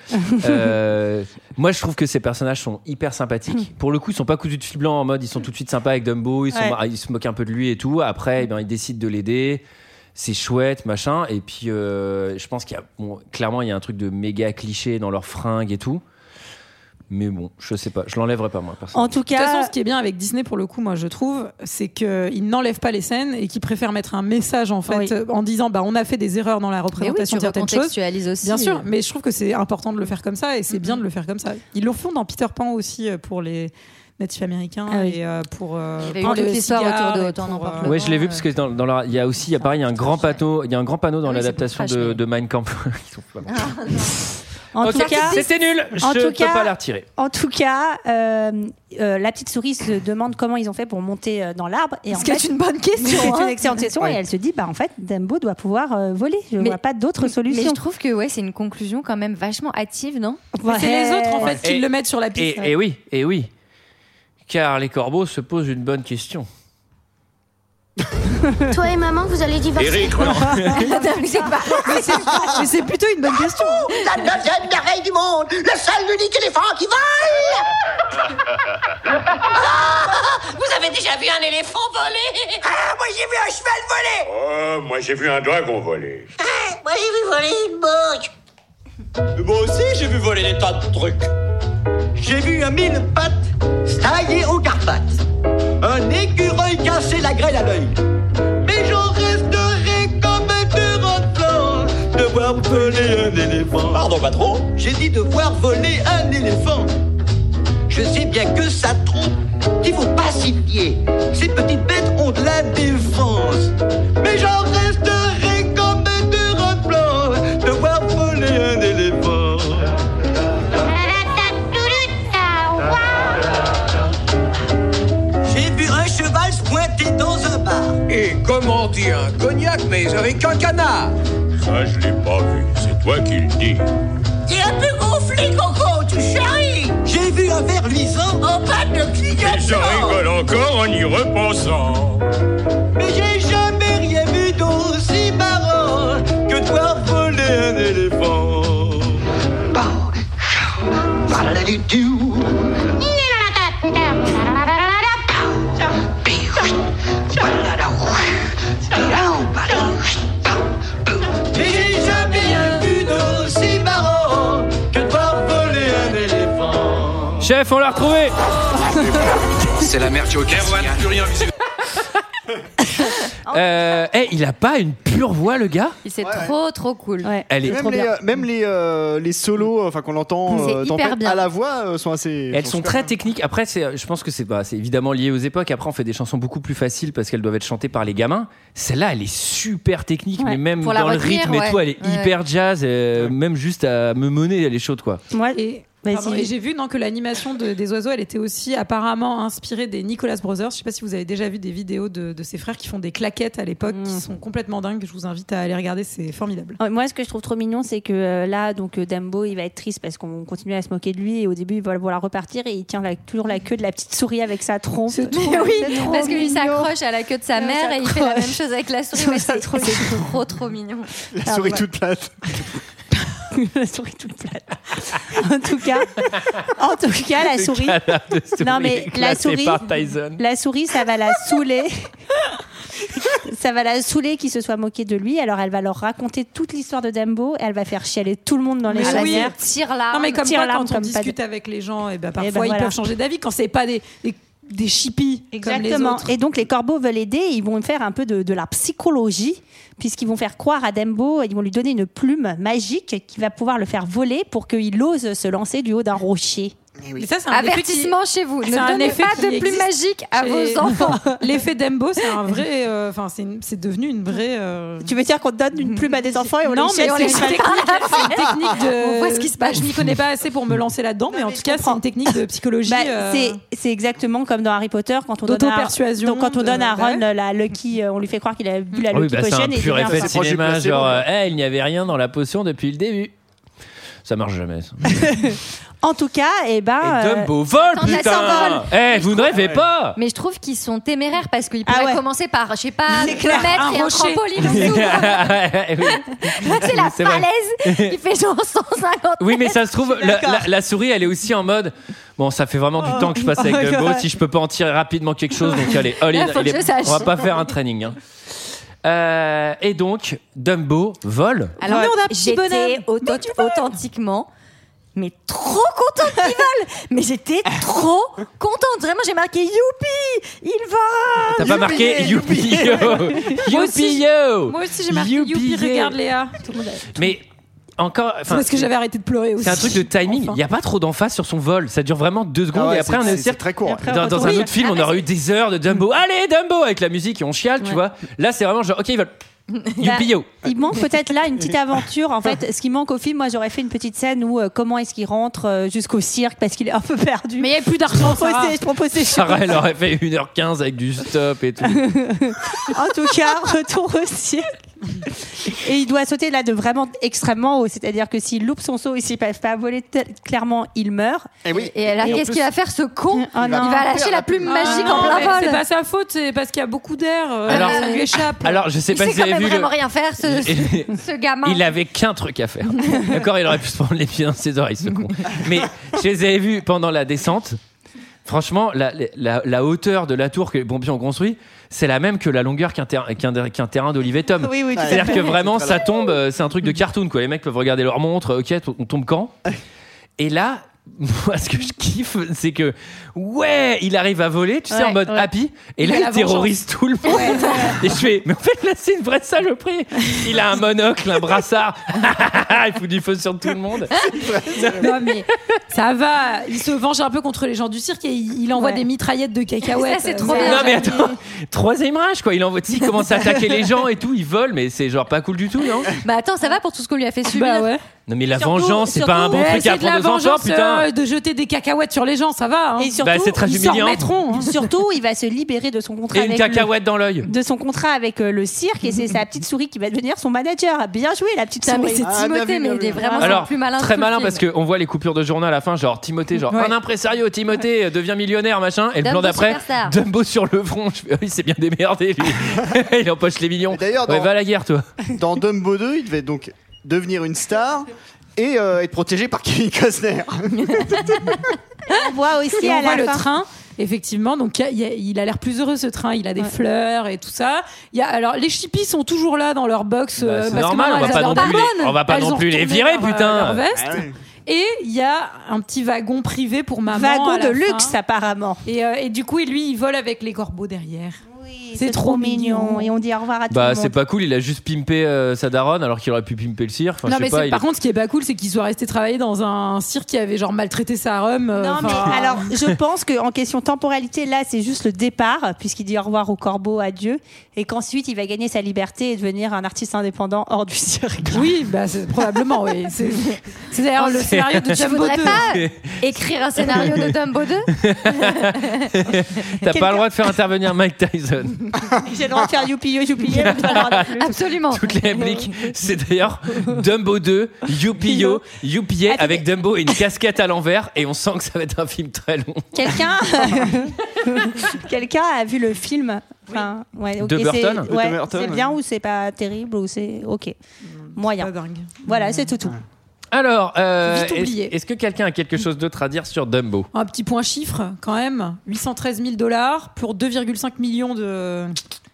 Euh, moi, je trouve que ces personnages sont hyper
Mmh.
sympathiques. Pour le coup, ils sont pas cousus de fil blanc en mode ils sont tout de suite sympas avec Dumbo, ils, sont-
Ouais.
ah, ils se moquent un peu de lui et tout. Après, eh ben, ils décident de l'aider. C'est chouette, machin. Et puis, euh, je pense qu'il y a bon, clairement il y a un truc de méga cliché dans leurs fringues et tout. Mais bon, je sais pas, je l'enlèverai pas moi. personnellement.
En tout
De toute
cas,
façon, ce qui est bien avec Disney, pour le coup, moi, je trouve, c'est qu'ils n'enlèvent pas les scènes et qu'ils préfèrent mettre un message, en fait, euh, en disant, bah, on a fait des erreurs dans la représentation
tu
de certaines choses.
recontextualises aussi. euh. Mm-hmm.
Bien sûr, mais je trouve que c'est important de le faire comme ça et c'est bien de le faire comme ça. Ils le font dans Peter Pan aussi euh, pour les natifs américains
Ah oui.
et euh, pour. euh,
Il y avait eu
pour
toute
le
l'histoire
cigare
autour de-
et
autour d'en
pour, euh,
parler.
Ouais, je l'ai vu parce que dans, dans leur- il y a aussi, il y a pareil, il y a un grand panneau, il y a un grand panneau dans
Ah oui, c'est
l'adaptation
pour Ah,
de,
cracher.
de Mein Kampf. [laughs] Ils sont vraiment-
en tout
Ok,
cas,
c'était nul.
en
je
tout
peux
cas-
pas la retirer.
En tout cas, euh, euh, la petite souris se demande comment ils ont fait pour monter euh, dans l'arbre. Et en
Ce qui est
fait-
une [laughs] bonne question,
C'est
hein.
une excellente question.
Ouais.
Et elle se dit, bah en fait, Dumbo doit pouvoir euh, voler. Je
Mais-
vois pas d'autre solution.
Mais je trouve que ouais, c'est une conclusion quand même vachement
[laughs]
hâtive, non
Ouais.
C'est les autres, en
Ouais.
fait, qui
Et-
le mettent sur la piste.
Et, et oui, et oui, car les corbeaux se posent une bonne question.
Toi et maman, vous allez divorcer.
Eric, non.
mais c'est
Mais c'est plutôt une bonne question.
La deuxième merveille du monde, le seul unique éléphant qui vole [laughs] Vous avez déjà vu un éléphant voler Ah, moi j'ai vu un cheval voler
Oh, moi j'ai vu un dragon voler.
Ah, Moi j'ai vu voler une banque
Moi aussi, j'ai vu voler des tas de trucs. J'ai vu un mille pattes staillé aux Carpates. Un écureuil casser la grêle à l'œil. Mais j'en resterai comme un rentrant de voir voler un éléphant. Pardon, patron J'ai dit de voir voler un éléphant. Je sais bien que ça trompe, qu'il faut pas s'y fier. Ces petites bêtes ont de la défense. Mais j'en resterai comme un rentrant de voir voler un éléphant. J'ai vu un cheval se pointer dans un bar.
Et comment dire un cognac, mais avec un canard Ça, je l'ai pas vu. C'est toi qui le dis.
Il a plus gonflé, Coco, tu charries
J'ai vu un verre luisant
en panne de
Et je
clignotant
rigole encore en y repensant.
Mais j'ai jamais rien vu d'aussi marrant que de voir voler un éléphant. Mais j'ai jamais
Euh.
rien vu d'aussi marrant que de voir voler un éléphant.
Chef, on l'a retrouvé
C'est la merde Joe Erwan, plus rien visible.
Euh, eh, Il a pas une pure voix, le gars
C'est trop, trop cool.
Elle est
même
trop
les,
bien.
euh, même les, euh, les solos enfin qu'on entend
C'est
euh,
hyper
Tempête
bien.
à la voix euh, sont assez
Elles sont
super
très
bien.
techniques. Après, c'est, je pense que c'est, bah, c'est évidemment lié aux époques. Après, on fait des chansons beaucoup plus faciles parce qu'elles doivent être chantées par les gamins. Celle-là, elle est super technique,
Ouais.
mais même
Pour la
dans le
retenir,
rythme et
ouais.
tout, elle est
Ouais.
hyper jazz. euh, Même juste à me mener, elle est chaude, [laughs] quoi.
Moi,
et,
Vas-y.
pardon, et j'ai vu non, que l'animation de- des oiseaux, elle était aussi apparemment inspirée des Nicolas Brothers. Je sais pas si vous avez déjà vu des vidéos de, de ces frères qui font des claquettes à l'époque, qui sont complètement dingues. Je vous invite à aller regarder, c'est formidable.
Euh, Mm. Moi, ce que je trouve trop mignon, c'est que euh, là, donc euh, Dumbo, il va être triste parce qu'on continue à se moquer de lui et au début, il va le vouloir repartir et il tient la- toujours la queue de la petite souris avec sa trompe.
Mais oui,
C'est trop
Oh,
parce que lui
mignon.
s'accroche à la queue de sa
Ouais,
mère et il fait la
s'accroche.
même chose avec
[laughs]
la souris. Ouais, c'est trop, trop, trop mignon.
[laughs]
Ah
La souris toute plate.
Ah
la souris toute plate. en tout cas, en tout cas, la souris.
Canard de souris
Non mais la
éclaté
souris,
par Tyson.
la souris, ça va la saouler. ça va la saouler qu'il se soit moqué de lui. Alors elle va leur raconter toute l'histoire de Dumbo. Elle va faire chialer tout le monde dans les
Mais oui.
chaumières.
Tire là.
Non, mais comme
Tire
quoi,
l'arme
quand on
comme pas
discute avec les gens, et ben parfois
ben
ils
voilà.
peuvent changer d'avis quand c'est pas des, des, des chippies. Comme les
Exactement.
autres.
Et donc les corbeaux veulent aider, et ils vont faire un peu de, de la psychologie, puisqu'ils vont faire croire à Dembo, ils vont lui donner une plume magique qui va pouvoir le faire voler pour qu'il ose se lancer du haut d'un rocher.
Mais ça, c'est un
Avertissement
effet qui-
chez vous. Ne
c'est un
donnez
effet
pas
qui
de plumes
existe
magiques à
chez-
vos enfants.
[laughs] L'effet Dembo, c'est un
[laughs]
vrai. euh, Enfin, c'est une- c'est devenu une vraie. euh,
Tu veux dire qu'on donne une plume
[laughs]
à des enfants et on
Non,
les
mais
jette
c'est une
sur le
technique,
cheval
c'est une technique de.
On voit ce qui se passe.
Je n'y connais pas assez pour me lancer là-dedans, mais en tout cas, c'est une technique de psychologie.
Bah,
euh,
c'est, c'est exactement comme dans Harry Potter quand on donne à,
D'auto-persuasion,
donc, quand on
de-
donne à
bah
Ron la Lucky, euh, on lui fait croire qu'il a bu la
Ah oui,
Lucky
bah, c'est
Potion
un
et il
pur
devient
effet
un
de
enfant.
cinéma,
placebo,
genre,
ouais.
eh, il n'y avait rien dans la potion depuis le début. Ça marche jamais. ça.
En tout cas, et ben,
Et
euh,
Dumbo
Oh,
vole,
attends, ça
putain
vole.
Eh, vous ne rêvez
[laughs]
pas
Mais je trouve qu'ils sont téméraires parce qu'ils
Ah
pourraient
ouais.
commencer par, je sais pas, le
clair,
mettre
un
et un
rocher.
trampoline en dessous. C'est la
C'est vrai.
falaise qui fait genre 150
Oui, mais ça se trouve, la, la- la souris, elle est aussi en mode Bon, ça fait vraiment du temps que je passe avec
Oh,
Dumbo.
ouais.
Si je peux pas en tirer rapidement quelque chose, donc allez, all
Ah,
in,
Faut que
il est-
je sache.
on va pas faire un training. hein. Euh, et donc, Dumbo vole.
Alors,
Mais on a un petit
j'étais
bonhomme.
auto- authentiquement, mais trop contente [laughs] qu'ils volent. Mais j'étais trop contente. Vraiment, j'ai marqué Youpi, il
Ah,
va.
T'as pas marqué Youpi Yo
Moi
Youpi
aussi,
Yo
Moi aussi, j'ai marqué
Youpi,
Youpi,
yeah.
regarde Léa. Tout le monde a-
Mais encore.
C'est
enfin,
parce que j'avais arrêté de pleurer aussi.
C'est un truc de timing. Il
Enfin.
n'y a pas trop d'emphase sur son vol. Ça dure vraiment deux secondes
Ah ouais,
et après
c'est-
on est
c'est- c'est très court. ouais.
Dans, dans un autre film,
Ah,
on aurait eu des heures de
Mm.
Dumbo. Allez, Dumbo avec la musique et on chiale, tu
Ouais.
vois. Là, c'est vraiment genre, ok, ils veulent.
[laughs]
Youpi-yo.
Il manque peut-être là une petite aventure. En fait, ce qui manque au film, moi j'aurais fait une petite scène où euh, comment est-ce qu'il rentre euh, jusqu'au cirque parce qu'il est un peu perdu.
Mais il n'y avait plus
je
d'argent. Sarah.
proposais, je proposais.
Sarah, elle aurait fait 1h15 avec du stop et
[laughs]
tout.
En tout cas, [laughs] retour au cirque. Et il doit sauter là de vraiment extrêmement haut. C'est-à-dire que s'il loupe son saut et s'il ne peut pas voler, tel- clairement, il meurt.
Eh oui.
Et alors,
Et en
qu'est-ce
plus-
qu'il va faire ce con
Ah
Oh non.
Il va lâcher la plume
Ah
magique
non,
en plein
mais
vol.
C'est pas sa faute, c'est parce qu'il y a beaucoup d'air. euh,
Alors-
ça lui échappe.
Alors, je sais
Il
pas
sait
si vous
quand
avez
même
vu.
vraiment
le-
rien faire, ce, ce gamin.
[laughs] Il avait qu'un truc à
[laughs]
faire. D'accord, il aurait pu se prendre les pieds dans ses oreilles, ce con. Mais je les avais vus pendant la descente. Franchement, la, la- la hauteur de la tour que les pompiers ont construit, c'est la même que la longueur qu'un ter- qu'un der- qu'un terrain d'Olivet Tom.
Oui, oui, tout à
C'est-à-dire
fait.
que vraiment,
C'est
ça
très
tombe, euh, c'est un truc de cartoon, quoi. Les mecs peuvent regarder leur montre, ok, t- on tombe quand Et là, [laughs] moi, ce que je kiffe, c'est que, ouais, il arrive à voler, tu sais,
Ouais,
en mode
ouais.
happy, et
Il
là,
a
il
la
terrorise tout le monde. Et je fais, mais en fait, là, c'est une vraie saloperie. Il a un monocle, un brassard, [laughs] il fout du feu sur tout le monde.
Non, mais ça va, il se venge un peu contre les gens du cirque et il, il envoie des mitraillettes de cacahuètes.
Ça, c'est trop
Euh,
bien.
Non mais attends, troisième rage quoi, il envoie, tu sais, il commence à attaquer les gens et tout, il vole, mais c'est genre pas cool du tout, non
Bah attends, ça va pour tout ce qu'on lui a
Ah,
fait
bah
subir.
Non mais la
Surtout-
vengeance, c'est
surtout-
pas un bon
Ouais,
truc à
c'est de la
prendre aux enfants,
vengeance,
putain.
euh, de jeter des cacahuètes sur les gens, ça va. hein.
Et surtout,
Bah, c'est très
ils s'en
humiliant.
[laughs]
remettront, hein. Surtout, il va se libérer de son contrat
Et une
avec le-
cacahuète dans l'œil.
de son contrat avec euh, le cirque
[laughs]
et c'est sa petite souris qui va devenir son manager. Bien joué la petite
Putain, mais
souris.
c'est Ah, bien Timothée, vu, mais bien il vu. est vraiment
Alors, très
tout le
malin
film.
parce qu'on voit les coupures de journal à la fin, genre Timothée, genre
Ouais.
un impresario, Timothée euh, devient millionnaire, machin, et le
Dumbo
plan d'après,
superstar.
Dumbo sur le front, je fais, oh, il s'est bien démerdé lui, il empoche les millions.
D'ailleurs,
ouais,
dans-
va à la guerre toi.
Dans Dumbo 2, il devait donc devenir une star et euh, être protégé par Kevin Costner.
Ah
On voit aussi
Et
à
on voit
la
le
fin.
train. Effectivement, donc il y a- il a l'air plus heureux ce train. Il a des fleurs et tout ça. Il y a, alors les chippies sont toujours là dans leur box. euh,
Bah, c'est
parce que
normal,
maintenant,
on va
elles
pas
adorent
non plus les-
Batman.
on va pas
Elles
non
ont
plus les
retourné
virer,
leur, euh,
putain.
leur veste.
Ah oui.
Et il y a un petit wagon privé pour maman.
Wagon
à la
de
fin.
luxe, apparemment.
Et, euh, et du coup, et lui, il vole avec les corbeaux derrière.
C'est trop mignon. Et on dit au revoir à tout
Bah
le monde.
c'est pas cool, il a juste pimpé euh, sa daronne alors qu'il aurait pu pimper le cirque. Enfin,
non
je sais
mais
pas,
c'est-
il
par
est-
contre, ce qui est pas cool, c'est qu'il soit resté travailler dans un cirque qui avait genre maltraité sa rhum. euh,
Non, mais
enfin- [laughs]
alors, je pense qu'en question temporalité, là, c'est juste le départ, puisqu'il dit au revoir au corbeau, adieu, et qu'ensuite, il va gagner sa liberté et devenir un artiste indépendant hors du cirque.
Oui, bah, c'est probablement, oui. C'est c'est
[laughs]
d'ailleurs le scénario de
Je
Dumbo
voudrais
2.
pas écrire un scénario de Dumbo
[laughs]
2.
T'as pas le droit de faire intervenir Mike Tyson.
J'ai le droit de faire youpi, youpi,
Absolument.
Toutes les répliques, c'est d'ailleurs Dumbo 2, Youpio, Youpié avec Dumbo et une casquette à l'envers et on sent que ça va être un film très long.
[laughs] Quelqu'un Quelqu'un a vu le film Enfin, ouais, ok,
De
c'est-
Burton
ouais,
De Burton,
C'est
ouais.
bien ou c'est pas terrible ou c'est ok
Hmm.
moyen. Voilà, c'est tout tout.
Alors, euh,
Vite oublié.
est-ce est-ce que quelqu'un a quelque chose d'autre à dire sur Dumbo
Un petit point chiffre, quand même. 813 000 dollars pour 2,5 millions de,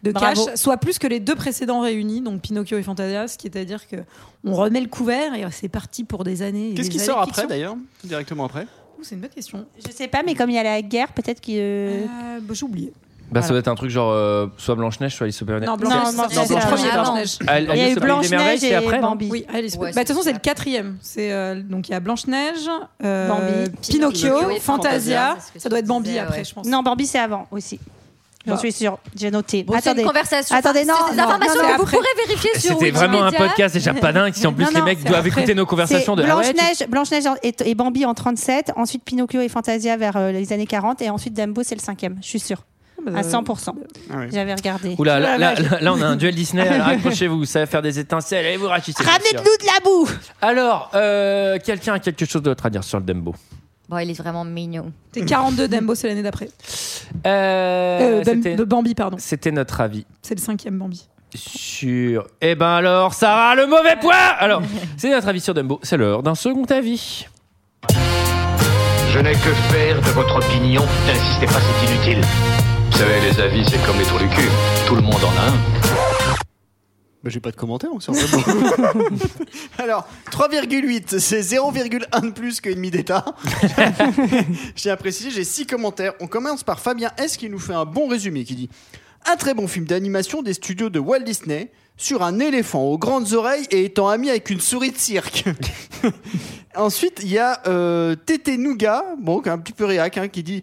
de cash,
Bravo.
soit plus que les deux précédents réunis, donc Pinocchio et Fantasia, ce qui est à dire que on remet le couvert et c'est parti pour des années. et
Qu'est-ce
des
qui
années
sort
de
après
fiction.
d'ailleurs Directement après
Ouh, C'est une bonne question.
Je sais pas, mais comme il y a la guerre, peut-être que
Euh, bah, J'ai oublié.
Bah, ça doit être un truc genre euh, soit Blanche-Neige, soit Alice au Pays des
Non,
Merveilles.
Blanche-Neige,
Non,
c'est sorti
Blanche-Neige,
Ah,
le premier,
c'est avant.
Blanche-Neige.
Al-
Il y a
Alice
eu
au Pays des Merveilles,
Blanche-Neige
c'est après
et
Ah.
non
Bambi.
Oui, Alice.
Ouais,
Bah, De toute façon, c'est le quatrième. C'est euh, donc il y a Blanche Neige,
Bambi,
Pinocchio,
Pinocchio et
Fantasia.
Fantasia,
Ça doit être Bambi après, je pense.
Non, Bambi c'est avant aussi. J'en
Bah.
suis sûre, j'ai noté.
Bon, c'est
Attendez.
une conversation.
Attendez, non,
Enfin, c'est des
non,
informations
non, non,
que vous
après.
pourrez vérifier sur
C'était vraiment un
Wikipédia.
podcast déjà pas dingue si en plus
Non,
les
non,
mecs
c'est
doivent
après.
écouter nos conversations
C'est
de Ah ouais, tu-
Blanche-Neige Blanche-Neige et, et Bambi en 37, ensuite Pinocchio et Fantasia vers euh, les années 40, et ensuite Dumbo, c'est le cinquième, je suis sûre.
Ah, bah, Euh,
À 100%. J'avais regardé.
Oula, là,
Ah,
là,
vache.
là, là, on a un duel Disney. [laughs] Alors, Accrochez-vous, ça va faire des étincelles. Allez, vous rachissez.
Ramenez-nous de la boue
Alors, euh, quelqu'un a quelque chose d'autre à dire sur le Dumbo
Bon, il est vraiment mignon.
C'est 42 Dumbo, c'est l'année d'après.
Euh,
Euh, Bam-
c'était-
de Bambi, pardon.
C'était notre avis
C'est le cinquième
[laughs]
Bambi.
sur. Eh ben alors, Sarah, le
Euh.
mauvais point
[laughs]
Alors, c'est notre avis sur Dumbo. C'est l'heure d'un second avis.
Je n'ai que faire de votre opinion. N'insistez pas, c'est inutile.
Vous savez, les avis, c'est comme les trous du cul. Tout le monde en a un.
Bah, j'ai pas de commentaire sur Dumbo. [laughs] Alors, 3,8, c'est 0,1 de plus qu'une mi d'état. j'ai apprécié, j'ai 6 commentaires. On commence par Fabien S qui nous fait un bon résumé qui dit Un très bon film d'animation des studios de Walt Disney sur un éléphant aux grandes oreilles et étant ami avec une souris de cirque. Ensuite, il y a euh, Tété Nougat, bon, qui est un petit peu réac, hein, qui dit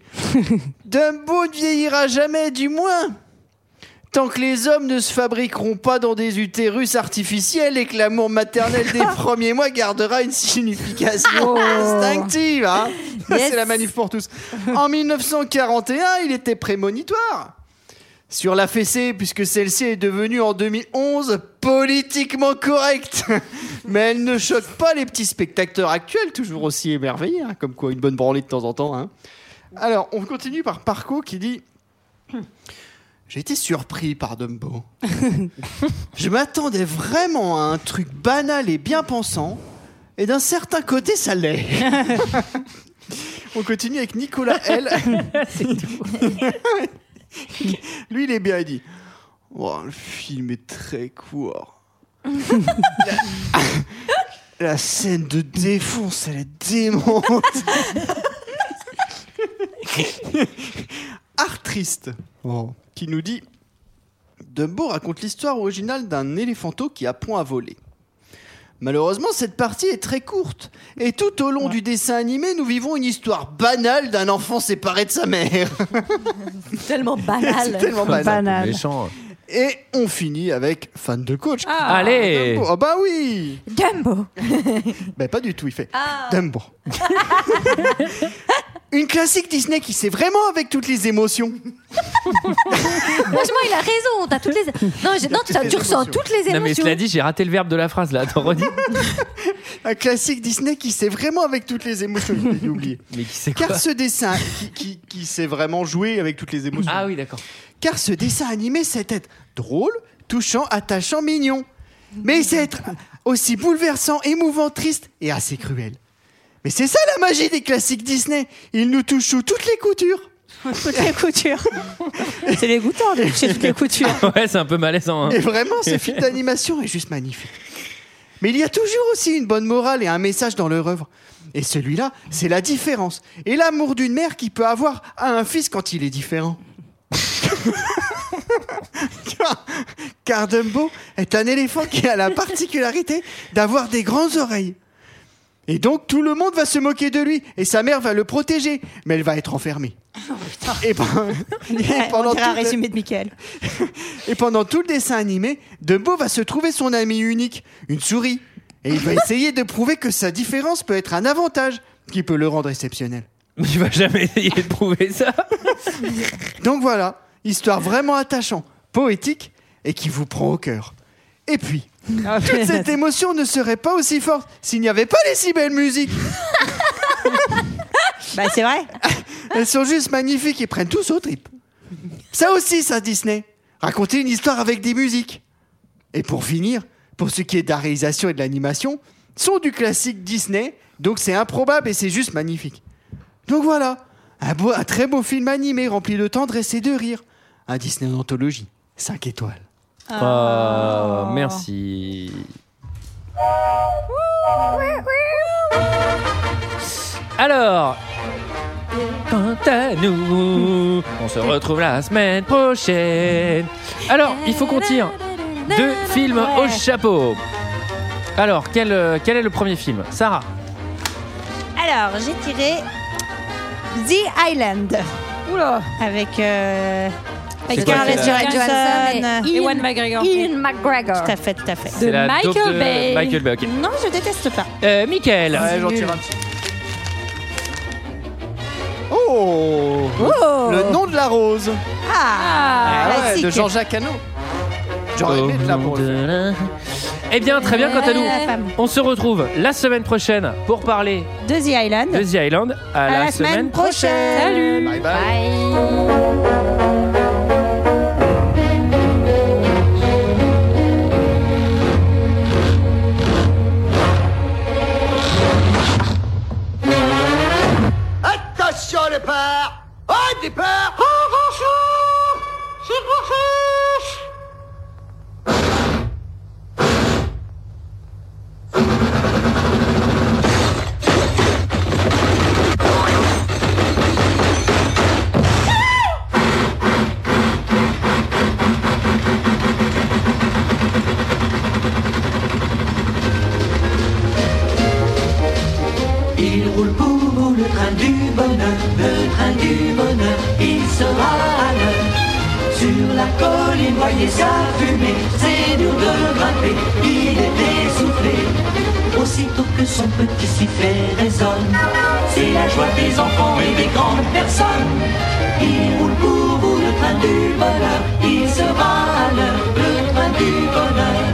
Dumbo ne vieillira jamais, du moins Tant que les hommes ne se fabriqueront pas dans des utérus artificiels et que l'amour maternel des premiers mois gardera une signification distinctive. hein. C'est la manif pour tous. En 1941, il était prémonitoire. Sur la fessée, puisque celle-ci est devenue en 2011 politiquement correcte. Mais elle ne choque pas les petits spectateurs actuels, toujours aussi émerveillés, hein, comme quoi une bonne branlée de temps en temps. hein. Alors, on continue par Parco qui dit j'ai été surpris par Dumbo. Je m'attendais vraiment à un truc banal et bien pensant, et d'un certain côté, ça l'est. On continue avec Nicolas L. [laughs] Lui, il est bien, il dit Oh, Le film est très court. La- La scène de défonce, elle est [laughs] démonte. Artriste, qui nous dit Dumbo raconte l'histoire originale d'un éléphanteau qui apprend à voler. Malheureusement, cette partie est très courte. Et tout au long du dessin animé, nous vivons une histoire banale d'un enfant séparé de sa mère.
tellement
C'est tellement banal.
Méchant.
Et on finit avec fan de coach.
Ah. Allez.
Dumbo. Ah bah oui
Dumbo
Bah pas du tout, il fait Dumbo. [laughs] Une classique Disney qui sait vraiment avec toutes les émotions.
Franchement, il a raison. T'as toutes
[laughs]
les. Non, je- non, t'as- tu ressens toutes les
Non, mais
émotions.
cela dit, j'ai raté le verbe de la phrase là. Attends, redis.
Un classique Disney qui sait vraiment avec toutes les émotions. Je l'ai
[laughs]
oublié.
[laughs] Mais qui c'est quoi
Car ce dessin qui, qui, qui sait vraiment jouer avec toutes les émotions.
Ah oui, d'accord.
Car ce dessin animé sait être drôle, touchant, attachant, mignon. Mais il sait être aussi bouleversant, émouvant, triste et assez cruel. Mais c'est ça la magie des classiques Disney. Ils nous touchent sous toutes les coutures.
toutes les coutures. [laughs] c'est dégoûtant de toucher toutes les coutures.
[laughs]
Ouais, c'est un peu malaisant. [laughs] hein.
Et vraiment, ce film d'animation est juste magnifique. Mais il y a toujours aussi une bonne morale et un message dans leur œuvre. Et celui-là, c'est la différence. Et l'amour d'une mère qui peut avoir à un fils quand il est différent. [laughs] Car- Car Dumbo est un éléphant qui a la particularité d'avoir des grandes oreilles. Et donc tout le monde va se moquer de lui et sa mère va le protéger, mais elle va être enfermée. et, [laughs] pen- et
Ah, On dirait un
tout le-
résumé de Michael.
et pendant tout le dessin animé, Dumbo va se trouver son ami unique, une souris. Et il va essayer de prouver que sa différence peut être un avantage qui peut le rendre exceptionnel.
Mais tu vas jamais essayer de prouver ça.
Donc voilà, histoire vraiment attachante, poétique et qui vous prend au cœur. Et puis, toute cette émotion ne serait pas aussi forte s'il n'y avait pas les si belles musiques.
Bah, c'est vrai.
Elles sont juste magnifiques et prennent tous aux tripes. Ça aussi, ça, Disney. Raconter une histoire avec des musiques. Et pour finir, pour ce qui est de la réalisation et de l'animation, sont du classique Disney, donc c'est improbable et c'est juste magnifique. Donc voilà, un, beau- un très beau film animé rempli de tendresse et de rire. Un Disney en anthologie, 5 étoiles.
Oh, merci. Alors, quant à nous, on se retrouve la semaine prochaine. Alors, il faut qu'on tire deux films au chapeau. Alors, quel, euh, quel est le premier film Sarah
Alors, j'ai tiré The Island. Oula Avec, euh, avec
C'est quoi,
Scarlett
c'est la-
Johansson.
Johansson et
Ian
Ewan
McGregor.
Ian McGregor.
Tout à fait, tout à fait.
C'est la dope de Michael Bay, ok.
Non, je déteste pas.
Euh, Michael
Ah, Oh,
Oh.
Le nom de la rose
Ah,
Ah ouais,
classique.
De Jean-Jacques Hano J'aurais aimé de la pour le faire.
Eh bien, très bien, quant à nous,
La femme.
on se retrouve la semaine prochaine pour parler
De The Island.
de The Island. À,
À la semaine prochaine. Salut.
Bye bye
Attention le départ Au départ
Il roule pour vous le train du bonheur, le train du bonheur, il sera à l'heure. Sur la colline, voyez sa fumée, c'est dur de grimper, il est essoufflé. Aussitôt que son petit sifflet résonne, c'est la joie des enfants et des grandes personnes. Il roule pour vous le train du bonheur, il sera à l'heure, le train du bonheur.